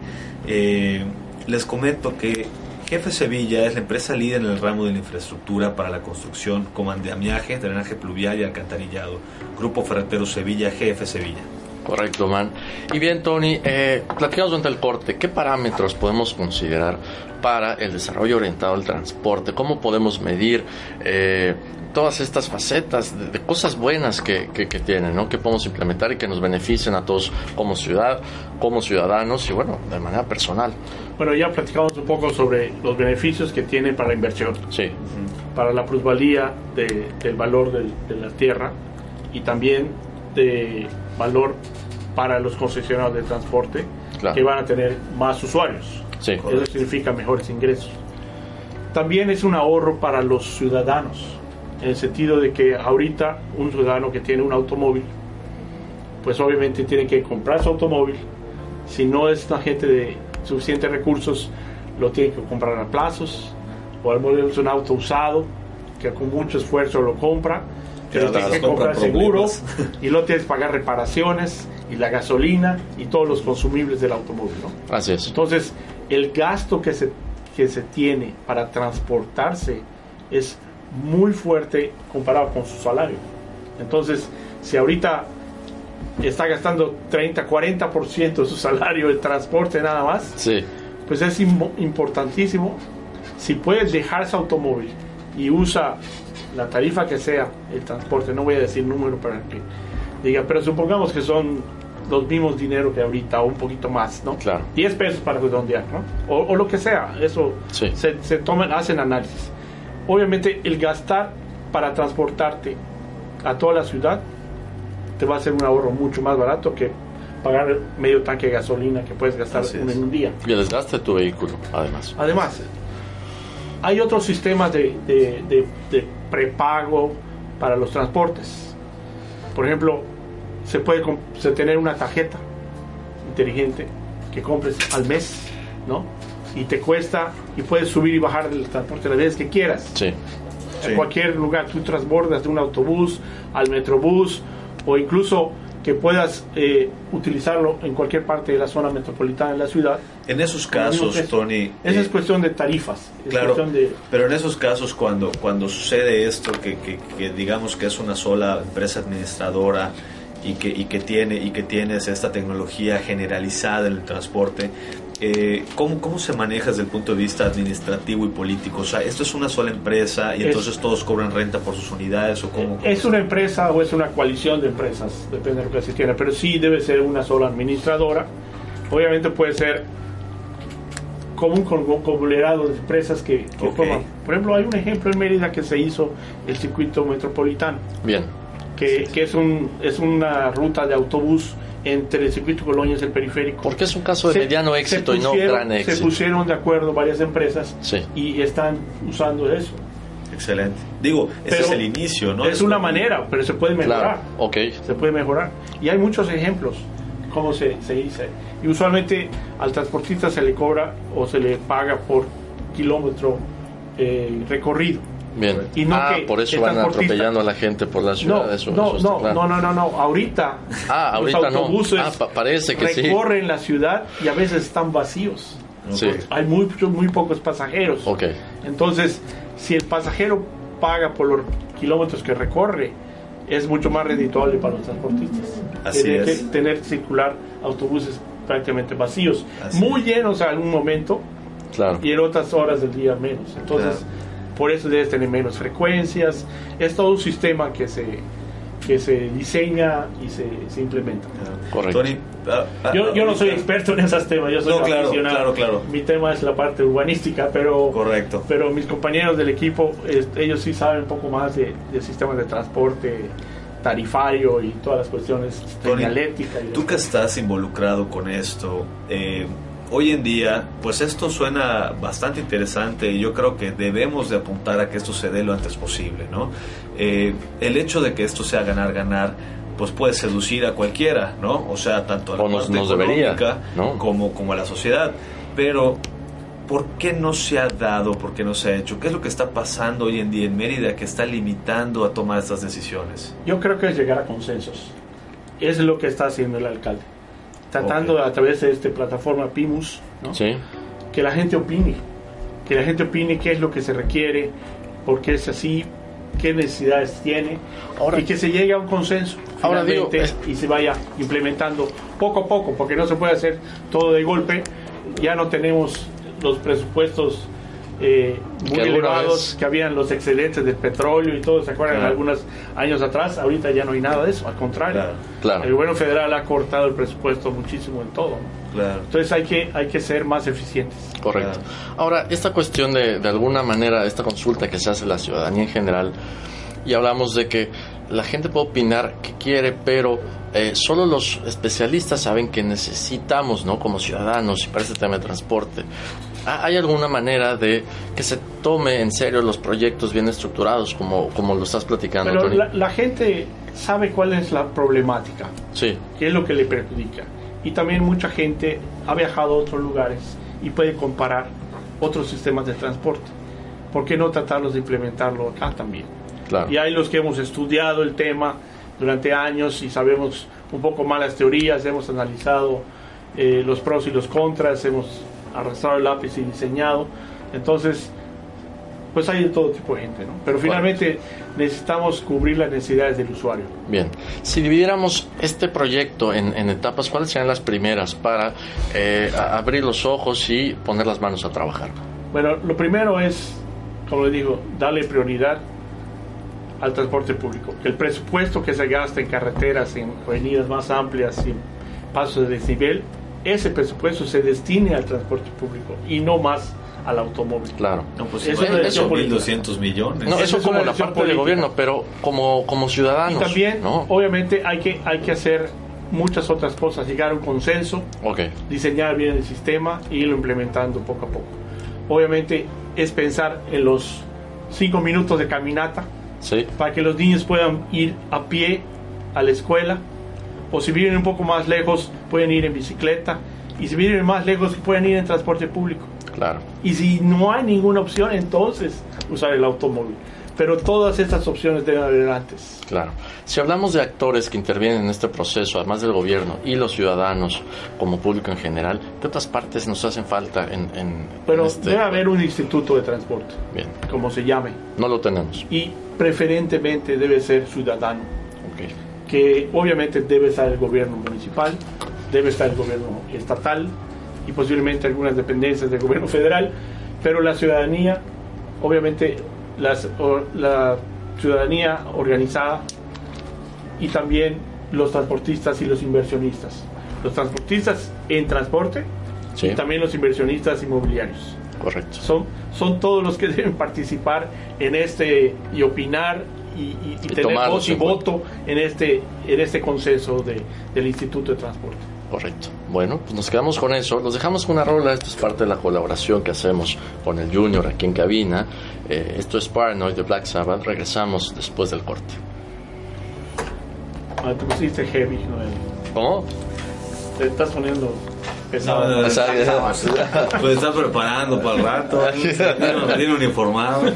B: eh, les comento que Jefe Sevilla es la empresa líder en el ramo de la infraestructura para la construcción, comandamiaje, drenaje pluvial y alcantarillado. Grupo Ferretero Sevilla, Jefe Sevilla.
A: Correcto, man. Y bien, Tony, eh, platicamos durante el corte. ¿Qué parámetros podemos considerar para el desarrollo orientado al transporte? ¿Cómo podemos medir eh, todas estas facetas de, de cosas buenas que, que, que tienen, ¿no? que podemos implementar y que nos beneficien a todos como ciudad, como ciudadanos y, bueno, de manera personal?
C: Bueno, ya platicamos un poco sobre los beneficios que tiene para la inversión,
A: Sí,
C: para la plusvalía de- del valor del- de la tierra y también de valor para los concesionarios de transporte
A: Claro.
C: que van a tener más usuarios.
A: sí.
C: Eso significa mejores ingresos. También es un ahorro para los ciudadanos, en el sentido de que ahorita un ciudadano que tiene un automóvil, pues obviamente tiene que comprar su automóvil. Si no es una gente de suficientes recursos, lo tiene que comprar a plazos, o al menos un auto usado, que con mucho esfuerzo lo compra,
B: Que
C: pero
B: a
C: tienes
B: veces
C: que comprar
B: compra
C: seguro,
B: problemas.
C: y luego tienes que pagar reparaciones, y la gasolina, y todos los consumibles del automóvil, ¿no?
A: Así es.
C: Entonces, el gasto que se, que se tiene para transportarse es muy fuerte comparado con su salario. Entonces, si ahorita está gastando 30, 40% de su salario en transporte nada más,
A: Sí,
C: pues es im- importantísimo. Si puedes dejar ese automóvil y usa la tarifa que sea el transporte, no voy a decir número para que diga, pero supongamos que son los mismos dinero que ahorita o un poquito más, ¿no?
A: Claro.
C: 10 pesos para redondear, ¿no? O, o lo que sea, eso
A: Sí.
C: se, se toman, hacen análisis. Obviamente el gastar para transportarte a toda la ciudad te va a ser un ahorro mucho más barato que pagar medio tanque de gasolina que puedes gastar
B: Así
C: en
B: es.
C: un día.
A: y el desgaste de tu vehículo, además.
C: Además, hay otros sistemas de, de- de- de prepago para los transportes. Por ejemplo, se puede com- se tener una tarjeta inteligente que compres al mes, ¿no? Y te cuesta, y puedes subir y bajar del transporte las veces que quieras.
A: Sí,
B: Sí.
C: En cualquier lugar, tú transbordas de un autobús al metrobús o incluso que puedas eh, utilizarlo en cualquier parte de la zona metropolitana de la ciudad.
B: En esos casos, Tony...
C: Esa
B: eh,
C: es cuestión de tarifas. Es
B: Claro,
C: cuestión de-
B: pero en esos casos cuando, cuando sucede esto, que, que- que digamos que es una sola empresa administradora y que, y que, tiene, y que tienes esta tecnología generalizada en el transporte, eh, ¿cómo, ¿cómo se maneja desde el punto de vista administrativo y político? O sea, esto es una sola empresa y
C: Es-
B: entonces todos cobran renta por sus unidades o cómo...
C: Es
B: cómo
C: una empresa o es una coalición de empresas, depende de lo que se quiera, pero sí debe ser una sola administradora. Obviamente puede ser como un con- conglomerado de empresas que, que
B: Ok.
C: forman. Por ejemplo, hay un ejemplo en Mérida que se hizo el circuito metropolitano,
A: bien.
C: que, que es, un, es una ruta de autobús entre el circuito Colonia y el periférico.
A: Porque es un caso de
C: Se-
A: mediano
C: se
A: éxito y no
C: pusieron-
A: gran
C: Se
A: éxito.
C: pusieron de acuerdo varias empresas
A: Sí.
C: y están usando eso.
B: se- Excelente. Digo, ese
C: Pero
B: es el inicio, ¿no?
C: Es una manera, pero se puede mejorar.
A: Claro, ok.
C: se puede mejorar. Y hay muchos ejemplos cómo se, se dice. Y usualmente al transportista se le cobra o se le paga por kilómetro eh, recorrido.
A: Bien.
C: Y no
A: ah,
C: que
A: por eso
C: el
A: van
C: transportista-
A: atropellando a la gente por la ciudad.
C: No,
A: eso,
C: no,
A: eso está
C: no,
A: claro.
C: no, no, no, no. Ahorita,
A: Ah, ahorita
C: los
A: no.
C: autobuses
A: Ah, pa- parece que sí.
C: recorren la ciudad y a veces están vacíos.
A: Sí,
C: Hay muy, muy pocos pasajeros.
A: ok.
C: Entonces, si el pasajero paga por los kilómetros que recorre, es mucho más redituable para los transportistas.
B: Así
C: tener,
B: es.
C: que- tener circular autobuses prácticamente vacíos,
B: Así
C: muy llenos en algún momento
A: Claro.
C: y en otras horas del día menos. Entonces, por eso debes tener menos frecuencias. Es todo un sistema que se, que se diseña y se, se implementa.
A: Correcto.
B: Tony, ah, ah,
C: Yo, yo no soy
B: ahorita-
C: experto en esos temas, yo soy
B: No, claro,
C: aficionado.
B: claro, claro.
C: Mi tema es la parte urbanística, pero
B: Correcto.
C: pero mis compañeros del equipo, este, ellos sí saben un poco más de, de sistemas de transporte tarifario y todas las cuestiones de
B: Tony,
C: dialéctica. y
B: Tú
C: demás.
B: que estás involucrado con esto, eh, hoy en día, pues esto suena bastante interesante y yo creo que debemos de apuntar a que esto se dé lo antes posible, ¿no? Eh, el hecho de que esto sea ganar-ganar, pues puede seducir a cualquiera, ¿no? O sea, tanto a la
A: O nos-
B: parte
A: nos debería,
B: económica
A: ¿no?
B: como, como a la sociedad. Pero ¿Por qué no se ha dado? ¿Por qué no se ha hecho? ¿Qué es lo que está pasando hoy en día en Mérida que está limitando a tomar estas decisiones?
C: Yo creo que es llegar a consensos. Es lo que está haciendo el alcalde. Tratando
B: Ok.
C: a través de esta plataforma Pimus, ¿no?
A: Sí.
C: que la gente opine, que la gente opine qué es lo que se requiere, por qué es así, qué necesidades tiene, y que se llegue a un consenso
A: Ahora
C: finalmente
A: digo, es-
C: y se vaya implementando poco a poco, porque no se puede hacer todo de golpe. Ya no tenemos los presupuestos eh, muy
A: Que alguna
C: elevados
A: vez-
C: que habían los excedentes del petróleo y todo, ¿se acuerdan?
A: Claro.
C: Algunos años atrás, ahorita ya no hay nada de eso, al contrario.
B: Claro,
A: claro.
C: El gobierno federal ha cortado el presupuesto muchísimo en todo. ¿no?
B: Claro.
C: Entonces hay que, hay que ser más eficientes.
A: Correcto. Ahora, esta cuestión de, de alguna manera, esta consulta que se hace a la ciudadanía en general, y hablamos de que la gente puede opinar que quiere, pero eh, solo los especialistas saben que necesitamos, ¿no? Como ciudadanos, y para este tema de transporte. ¿Ha- ¿Hay alguna manera de que se tome en serio los proyectos bien estructurados, como, como lo estás platicando,
C: Pero
A: Tony?
C: la, la gente sabe cuál es la problemática,
A: Sí,
C: qué es lo que le perjudica. Y también mucha gente ha viajado a otros lugares y puede comparar otros sistemas de transporte. ¿Por qué no tratarlos de implementarlo acá también?
A: claro.
C: Y hay los que hemos estudiado el tema durante años y sabemos un poco más las teorías, hemos analizado eh, los pros y los contras, hemos arrastrado el lápiz y diseñado. Entonces, pues hay de todo tipo de gente, ¿no? Pero finalmente necesitamos cubrir las necesidades del usuario.
A: Bien, si dividiéramos este proyecto en, en etapas, ¿cuáles serían las primeras para eh, a- abrir los ojos y poner las manos a trabajar?
C: Bueno, lo primero es, como le digo, darle prioridad al transporte público. Que el presupuesto que se gasta en carreteras, en avenidas más amplias, en pasos de desnivel, ese presupuesto se destine al transporte público y no más al automóvil.
A: Claro.
B: No, pues
C: Eso-
B: igual,
C: eso
B: son
C: política.
B: 1.200 millones.
A: No,
C: Esa
A: eso
C: es
A: como
C: una
A: la
C: decisión
A: parte del
C: política.
A: gobierno, pero como, como
C: Y
A: ciudadanos.
C: también,
A: ¿no?
C: obviamente, hay que, hay que hacer muchas otras cosas, llegar a un consenso,
A: Ok,
C: diseñar bien el sistema y irlo implementando poco a poco. Obviamente es pensar en los cinco minutos de caminata
A: sí,
C: para que los niños puedan ir a pie a la escuela o si viven un poco más lejos pueden ir en bicicleta y si viven más lejos pueden ir en transporte público
A: claro.
C: y si no hay ninguna opción entonces usar el automóvil pero todas estas opciones deben haber antes
A: Claro. Si hablamos de actores que intervienen en este proceso, además del gobierno y los ciudadanos como público en general, ¿qué otras partes nos hacen falta en, en-
C: pero
A: en este?
C: debe haber un instituto de transporte
A: Bien,
C: como se llame
A: no lo tenemos.
C: y preferentemente debe ser ciudadano
A: Ok,
C: que obviamente debe estar el gobierno municipal, debe estar el gobierno estatal y posiblemente algunas dependencias del gobierno federal, pero la ciudadanía, obviamente las, o- la ciudadanía organizada y también los transportistas y los inversionistas. Los transportistas en transporte
A: Sí,
C: y también los inversionistas inmobiliarios.
A: correcto.
C: Son, son todos los que deben participar en este y opinar y, y- y
A: Y
C: tener
A: tomarlos
C: voz y
A: en cuenta.
C: voto en este, en este consenso de- del Instituto de Transporte.
A: Correcto. Bueno, pues nos quedamos con eso. Los dejamos con una rola. Esto es parte de la colaboración que hacemos con el Junior aquí en cabina. Eh, esto es Paranoid de Black Sabbath. Regresamos después del corte.
C: Ah, te pusiste heavy, ¿no?
A: ¿Cómo?
C: Te estás poniendo pesado.
B: No, no,
A: O sea,
B: Pues está preparando para el rato. Tiene tiene uniformado.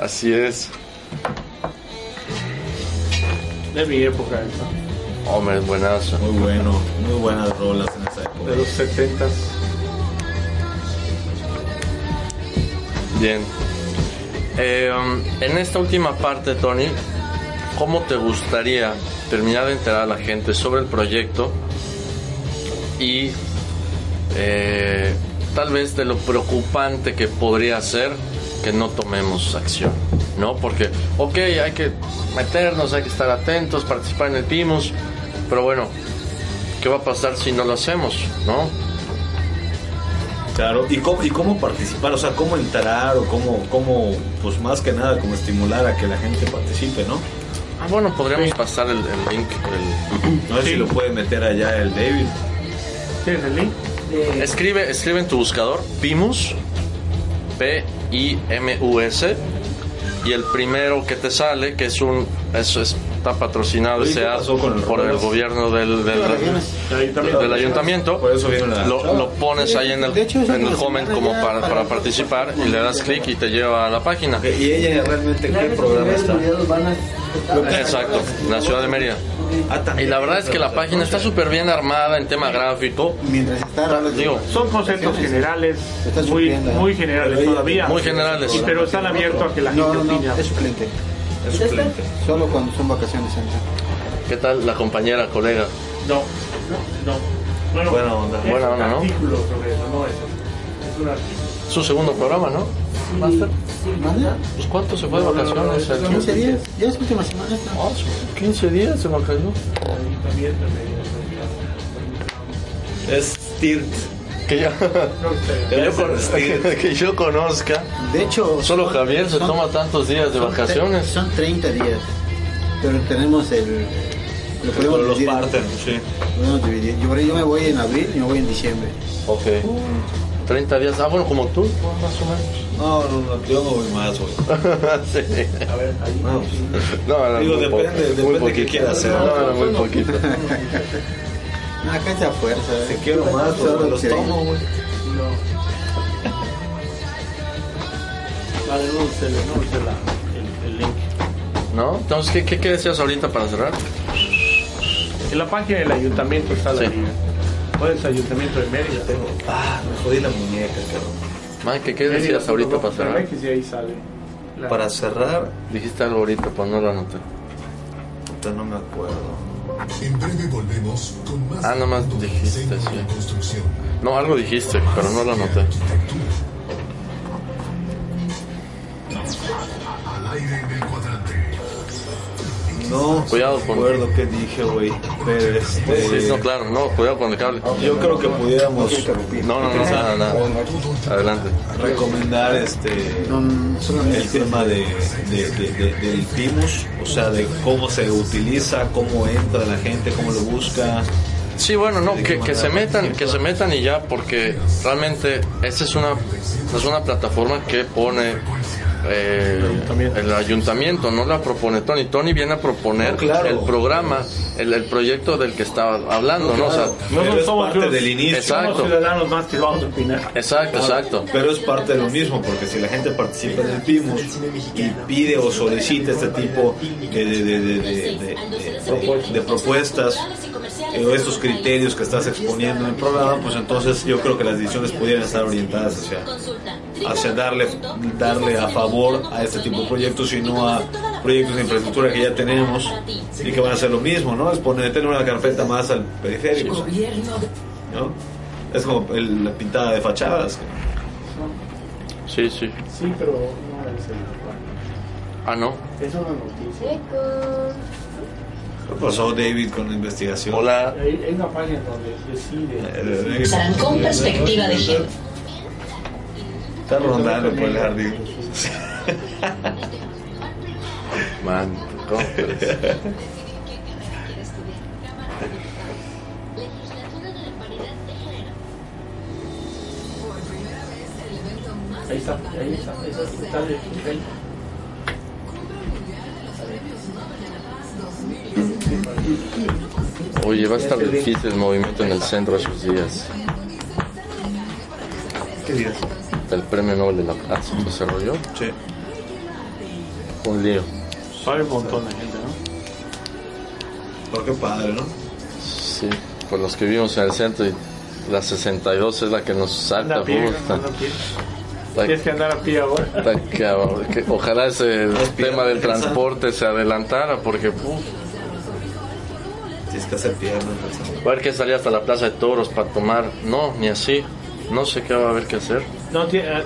A: Así es.
C: De mi época, esa,
A: Hombre, buenazo.
B: Muy bueno. Muy buenas rolas en esa
C: de los
B: época.
A: um,
C: 70s.
A: Bien. Eh, en esta última parte, Tony, ¿Cómo te gustaría terminar de enterar a la gente sobre el proyecto y eh, tal vez de lo preocupante que podría ser que no tomemos acción? ¿No? Porque, ok, hay que meternos, hay que estar atentos, participar en el PIMUS, pero bueno, ¿qué va a pasar si no lo hacemos? ¿No?
B: Claro, ¿y cómo, y cómo participar? O sea, ¿cómo entrar o cómo, cómo, pues más que nada, como estimular a que la gente participe, ¿no?
A: Ah, bueno, podríamos pasar el, el link. el-
B: No sé
C: Sí.
B: si lo puede meter allá el David.
C: ¿Tienes el link?
D: de-
A: Escribe, escribe en tu buscador PIMUS, P-I-M-U-S, y el primero que te sale, que es un. Eso es- está patrocinado
B: Oye, ¿qué
A: ese ad
B: pasó con el
A: por el
B: Rodas?
A: gobierno del, del-
C: Ahí también.
A: del ayuntamiento.
B: Por eso viene la-
A: Lo, lo pones ahí en el,
E: De hecho, eso
A: en el
E: nos
A: comment
E: agarra
A: como
E: ya
A: para,
E: para
A: para
E: nosotros.
A: participar y le das clic y te lleva a la página.
B: Ok, ¿Y ella realmente en qué
D: Claro,
B: programa
D: los
B: está?
D: videos van a-
A: Exacto, en la ciudad de Mérida.
B: Ah,
A: Y
B: también.
A: la verdad es que la página está súper bien armada en tema gráfico.
E: Mientras está raro,
A: Digo,
C: Son conceptos generales,
E: Está
C: muy,
E: sufriendo, ¿eh?
C: muy generales todavía.
A: muy generales.
C: Y- pero están abiertos a que la
E: No,
C: gente
E: no,
C: opine.
E: no, es suplente.
B: Es suplente.
E: Solo cuando son vacaciones. entra.
A: ¿Qué tal la compañera, colega?
C: No, no. Bueno,
B: Buena onda.
C: es
A: Buena
C: un
A: onda, ¿no?
C: artículo sobre eso, no es, es un artículo.
A: Su segundo programa, ¿no?
D: Sí,
E: ¿Mande?
A: Pues cuánto se fue de
C: No, no, no,
A: vacaciones? Ah,
C: no, no,
A: ¿El
C: no,
E: 15 días. Ya es última semana esta.
A: 15 días se vacaciones.
C: Ahí también, también.
B: Es TIRT.
A: Que yo, que, yo con- que yo conozca.
E: De hecho,
A: Solo
E: son-
A: Javier se
E: son-
A: toma tantos días de
E: son tre-
A: vacaciones.
E: Son 30 días. Pero tenemos el. Lo podemos
B: Pero los
E: dividir en-
B: parten, sí.
E: podemos dividir. Yo, yo me voy en abril y me voy en diciembre.
A: Ok. 30 días. Ah, bueno, como tú, más o menos.
B: No, no, no, yo no voy más, güey.
A: Sí.
C: A ver, ahí.
B: No,
A: No, no,
B: Digo,
A: muy
B: depende-
A: poco, muy
B: depende qué
A: poquito.
B: quieras hacer.
A: No, no, muy poquito.
E: No, Ah, acá está fuerza.
B: te
E: eh.
B: quiero más,
E: Solo
B: pero los
E: que-
B: tomo, güey.
C: Vale, no se le- no se la- el- el link.
A: ¿No? Entonces, ¿qué, qué, qué decías ahorita para cerrar?
C: En la página del ayuntamiento está la
A: Sí.
C: liga. ¿Cuál es el ayuntamiento de Mérida?
B: Tengo- Ah, me jodí la muñeca, cabrón.
A: Mike, ¿qué decías ahorita para cerrar?
C: Y ahí sale. La-
B: Para cerrar,
A: Dijiste algo ahorita, pues no lo anoté.
B: puta, no me acuerdo.
F: En breve volvemos con más.
A: Ah, nomás
F: mundo del
A: dijiste,
F: diseño y
A: sí.
F: la construcción.
A: No, algo dijiste, pero no lo
F: Hacia
A: anoté.
F: arquitectura. Al aire en el cuadrante.
B: No,
A: Cuidado
B: no
A: con-
B: recuerdo qué dije, güey. Pero este.
A: Sí, no, claro, no, cuidado con el cable.
B: Yo creo que pudiéramos
A: No, no, no, nada, nada. Adelante.
B: recomendar este.
E: Son- son-
B: el tema de, de- de- de- del PIMUS, o sea, de cómo se utiliza, cómo entra la gente, cómo lo busca.
A: Sí, bueno, no, que, que se metan, que se metan y ya, porque realmente esta es una, es una plataforma que pone eh, el ayuntamiento, no la propone Tony. Tony viene a proponer
B: No, claro.
A: el programa, el, el proyecto del que estaba hablando, ¿no? O sea,
C: No
B: Pero es
C: somos
B: parte
C: unos-
B: del inicio.
A: Exacto.
C: Somos ciudadanos más que vamos a opinar.
A: exacto, exacto.
B: Pero es parte de lo mismo, porque si la gente participa en el PIMUS y pide o solicita este tipo de, de- de- de- de- de- de- de propuestas eh, o estos criterios que estás exponiendo en el programa, pues entonces yo creo que las decisiones pudieran estar orientadas hacia, hacia darle, darle a favor a este tipo de proyectos y no a proyectos de infraestructura que ya tenemos y que van a hacer lo mismo, ¿no? Es poner, tener una carpeta más al periférico, ¿no? Es como el- la pintada de fachadas.
A: Sí, sí.
C: Sí, pero no es el
A: Ah, no.
C: Es una noticia.
B: ¿Qué pasó David con la investigación?
A: Hola.
C: Hay, hay una página donde decide.
B: Eh,
G: Trancón perspectiva de género.
B: Está rondando por el jardín.
A: Man, ¿cómo crees?
C: Ahí está, ahí está. ahí está, ahí está, ahí está, ahí está.
A: Oye, va a estar difícil el movimiento en el centro esos días.
B: ¿Qué días?
A: El premio Nobel de la Paz, ¿no se rollo?
B: Sí.
A: Un lío.
C: Sabe un montón de gente, ¿no?
B: Pero oh, qué padre, ¿no?
A: Sí, pues los que vivimos en el centro y la 62 es la que nos
C: Anda
A: salta.
C: a pie,
A: puta.
C: anda a pie. Tienes que andar a pie ahora.
A: Está cabrón, que Ojalá ese tema del transporte se adelantara porque uf,
B: Tienes que hacer piernas.
A: va a haber que salir hasta la Plaza de Toros para tomar. No, ni así. No sé qué va a haber que hacer.
C: No, ti- eh,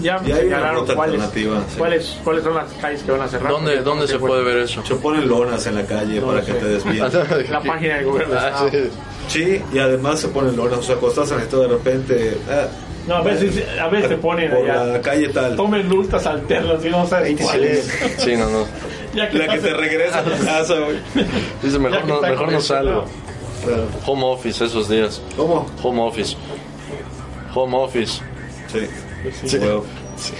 C: ya me
B: Y hay una
C: señalaron
B: ruta
C: cuáles,
B: alternativa, sí.
C: cuáles, cuáles son las calles que van a cerrar.
A: ¿Dónde,
C: Porque-
A: dónde se puede ver eso?
B: Se ponen lonas en la calle
C: No
B: para
C: lo
B: que
C: sé.
B: te desvíes.
C: La página del gobierno.
A: Ah,
C: Ah.
A: sí.
B: Sí, y además se ponen lonas. O sea, cuando estás en esto de repente. ah,
C: No, a veces, a veces te ponen
B: por
C: allá.
B: la calle tal.
C: Tomen rutas alternas y no sabes cuáles.
A: Sí, no, no.
C: Ya
B: La que
C: estás
B: te
C: en-
B: regresa a tu casa, güey.
A: Dice,
C: Ya
A: mejor
C: que
A: no,
C: está
A: mejor no salgo.
C: congestionado.
B: Claro.
A: Home office esos días.
B: ¿Cómo?
A: Home office. Home office.
B: Sí.
C: Sí.
B: Huevo.
A: Sí,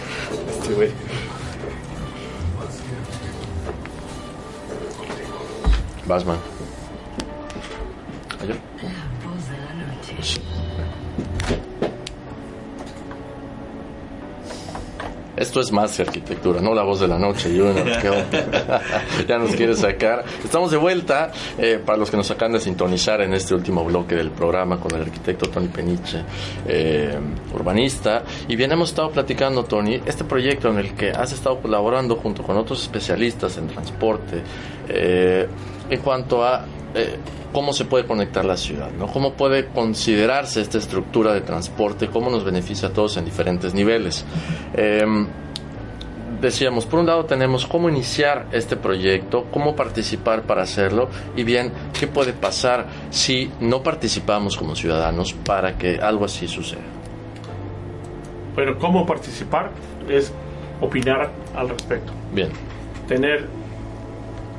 A: güey. Vas, man. ¿Ayer? Esto es más que arquitectura, no la voz de la noche. yo no- qué onda. ya nos quiere sacar. Estamos de vuelta eh, para los que nos acaban de sintonizar en este último bloque del programa con el arquitecto Tony Peniche, eh, urbanista. Y bien, hemos estado platicando, Tony, este proyecto en el que has estado colaborando junto con otros especialistas en transporte eh, en cuanto a. eh, cómo se puede conectar la ciudad, ¿no? Cómo puede considerarse esta estructura de transporte, cómo nos beneficia a todos en diferentes niveles. Em, decíamos, por un lado tenemos cómo iniciar este proyecto, cómo participar para hacerlo y bien, qué puede pasar si no participamos como ciudadanos para que algo así suceda.
C: Pero cómo participar es opinar al respecto.
A: Bien,
C: tener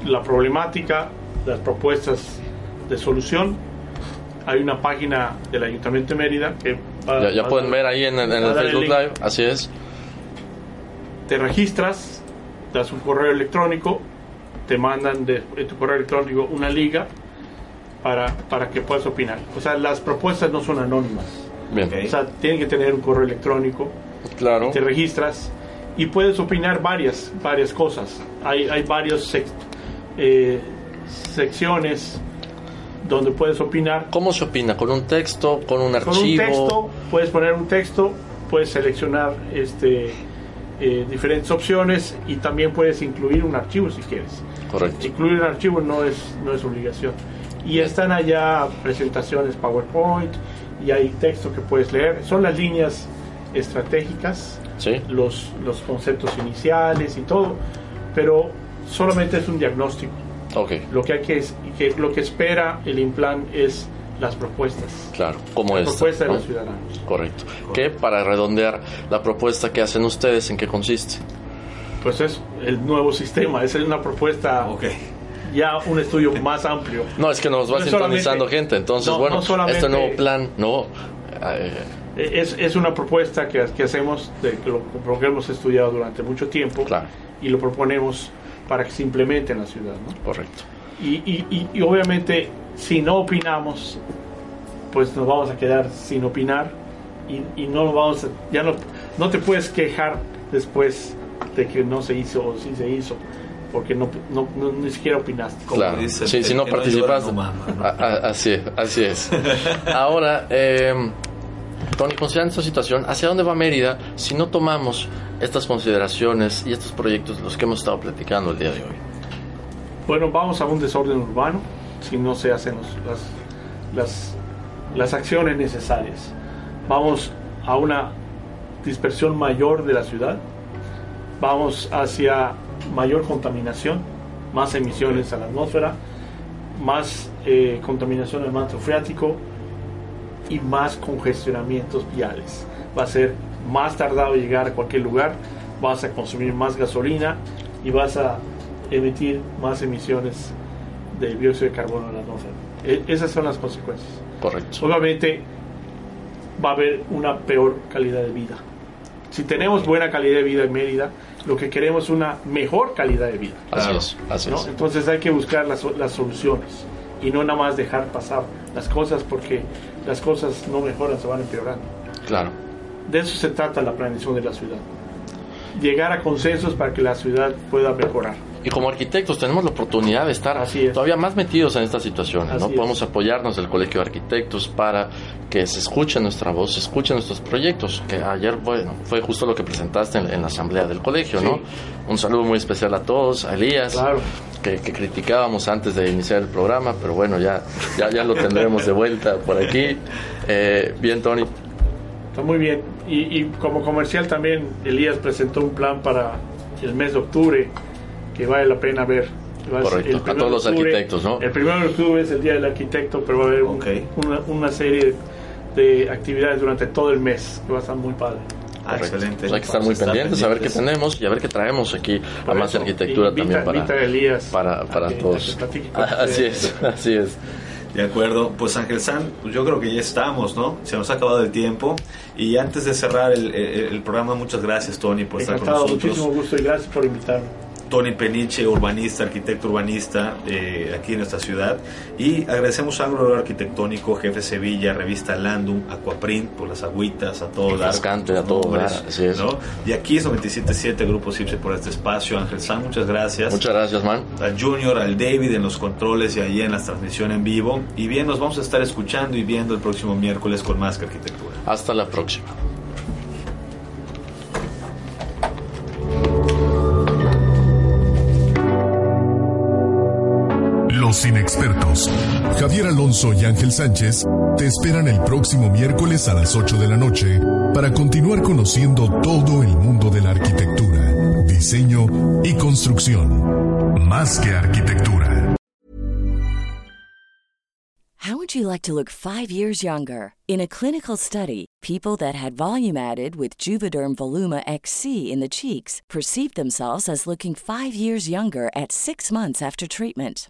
C: la problemática, las propuestas de solución. Hay una página del Ayuntamiento de Mérida que va-
A: ya, ya
C: va-
A: pueden ver ahí en, el- en
C: va a
A: el
C: dar el
A: Facebook
C: link.
A: Live, así es.
C: Te registras, das un correo electrónico, te mandan de, en tu correo electrónico una liga para, para que puedas opinar. O sea, las propuestas no son anónimas.
A: Bien,
B: Ok.
C: O sea, tienen que tener un correo electrónico,
A: claro.
C: te registras y puedes opinar varias, varias cosas. Hay, hay varias secciones donde puedes opinar.
A: ¿Cómo se opina? ¿Con un texto? ¿Con un
C: Con un
A: archivo?
C: texto, puedes poner un texto, puedes seleccionar este, eh, diferentes opciones y también puedes incluir un archivo si quieres.
A: Correcto.
C: Incluir un archivo no es, no es obligación. Y están allá presentaciones PowerPoint y hay texto que puedes leer. Son las líneas estratégicas
A: Sí,
C: los, los conceptos iniciales y todo, pero solamente es un diagnóstico.
A: ok,
C: Lo que hay que, es, que lo que espera el implan es las propuestas,
A: claro. Como
C: las
A: es.
C: propuestas de los ciudadanos.
A: Correcto. Que para redondear la propuesta que hacen ustedes, ¿en qué consiste?
C: Pues es el nuevo sistema, es una propuesta
B: Ok.
C: ya un estudio más amplio.
A: No, es que nos va
C: No es
A: sintonizando
C: solamente-
A: gente, entonces,
C: no,
A: bueno,
C: no solamente-
A: este nuevo plan, no. eh,
C: Eh, Es, es una propuesta que, que hacemos de lo, lo que hemos estudiado durante mucho tiempo
A: Claro.
C: y lo proponemos para que se implemente en la ciudad. ¿no?
A: correcto.
C: Y, y- y- y obviamente, si no opinamos, pues nos vamos a quedar sin opinar y, y no nos vamos a, ya no, no te puedes quejar después de que no se hizo o sí se hizo, porque no, no- no- ni siquiera opinaste.
A: Claro.
B: dice,
A: Sí,
B: el
A: si no
B: que no llora
A: participas.
B: no mama, ¿no?
A: a- a- Así es, así es. Ahora, eh, Tony, considerando esta situación, ¿hacia dónde va Mérida si no tomamos estas consideraciones y estos proyectos de los que hemos estado platicando el día de hoy?
C: Bueno, vamos a un desorden urbano si no se hacen los- las, las, las acciones necesarias. Vamos a una dispersión mayor de la ciudad, vamos hacia mayor contaminación, más emisiones a la atmósfera, más eh, contaminación al manto freático y más congestionamientos viales. Va a ser más tardado llegar a cualquier lugar, vas a consumir más gasolina y vas a emitir más emisiones de dióxido de carbono en la atmósfera. E- esas son las consecuencias.
A: Correcto.
C: Obviamente va a haber una peor calidad de vida. Si tenemos buena calidad de vida en Mérida, lo que queremos es una mejor calidad de vida.
A: Así
B: Claro.
A: es, así
C: ¿no?
A: es.
C: Entonces hay que buscar las, las soluciones y no nada más dejar pasar las cosas porque las cosas no mejoran, se van empeorando.
A: Claro.
C: De eso se trata la planeación de la ciudad. Llegar a consensos para que la ciudad pueda mejorar.
A: Y como arquitectos tenemos la oportunidad de estar todavía más metidos en esta situación. ¿no?
C: Así es.
A: Podemos apoyarnos del Colegio de Arquitectos para que se escuche nuestra voz, se escuchen nuestros proyectos, que ayer bueno, fue justo lo que presentaste en, en la asamblea del colegio. ¿no? Un saludo muy especial a todos, a Elías, que, que criticábamos antes de iniciar el programa, pero bueno, ya, ya, ya lo tendremos de vuelta por aquí. Eh, bien, Tony.
C: Está muy bien. Y, y como comercial también, Elías presentó un plan para el mes de octubre que vale la pena ver. Va a ser
A: Correcto,
C: el
A: a
C: primero
A: todos
C: de
A: los arquitectos, ¿no?
C: El primero de octubre es el Día del Arquitecto, pero va a haber un- una, una serie de actividades durante todo el mes que va a estar muy padre.
A: Correcto. Pues hay que estar muy pendientes, a ver qué tenemos y a ver qué traemos aquí a más arquitectura también
C: invita-
A: para,
C: invita a Elías
A: para, para todos. Así es, así es.
B: De acuerdo, pues Ángel San, pues yo creo que ya estamos, ¿no? Se nos ha acabado el tiempo. Y antes de cerrar el, el- el programa, muchas gracias, Tony, por estar
C: Encantado,
B: con nosotros.
C: muchísimo gusto y gracias por invitarme.
B: Tony Peniche, urbanista, arquitecto urbanista eh, aquí en nuestra ciudad. Y agradecemos a Agro Arquitectónico, Jefe Sevilla, Revista Landum, Aquaprint, por las agüitas, a todo
A: El rascante, a todo dar, así es.
B: Y aquí es 977 Grupo Cipse por este espacio. Ángel San, muchas gracias.
A: Muchas gracias, man.
B: Al Junior, al David en los controles y ahí en las transmisiones en vivo. Y bien, nos vamos a estar escuchando y viendo el próximo miércoles con más que arquitectura.
A: Hasta la próxima.
F: Los inexpertos. Javier Alonso y Ángel Sánchez te esperan el próximo miércoles a las 8 de la noche para continuar conociendo todo el mundo de la arquitectura, diseño y construcción. Más que arquitectura.
H: How would you like to look five years younger? In a clinical study, people that had volume added with Juvederm Voluma XC in the cheeks perceived themselves as looking five years younger at six months after treatment.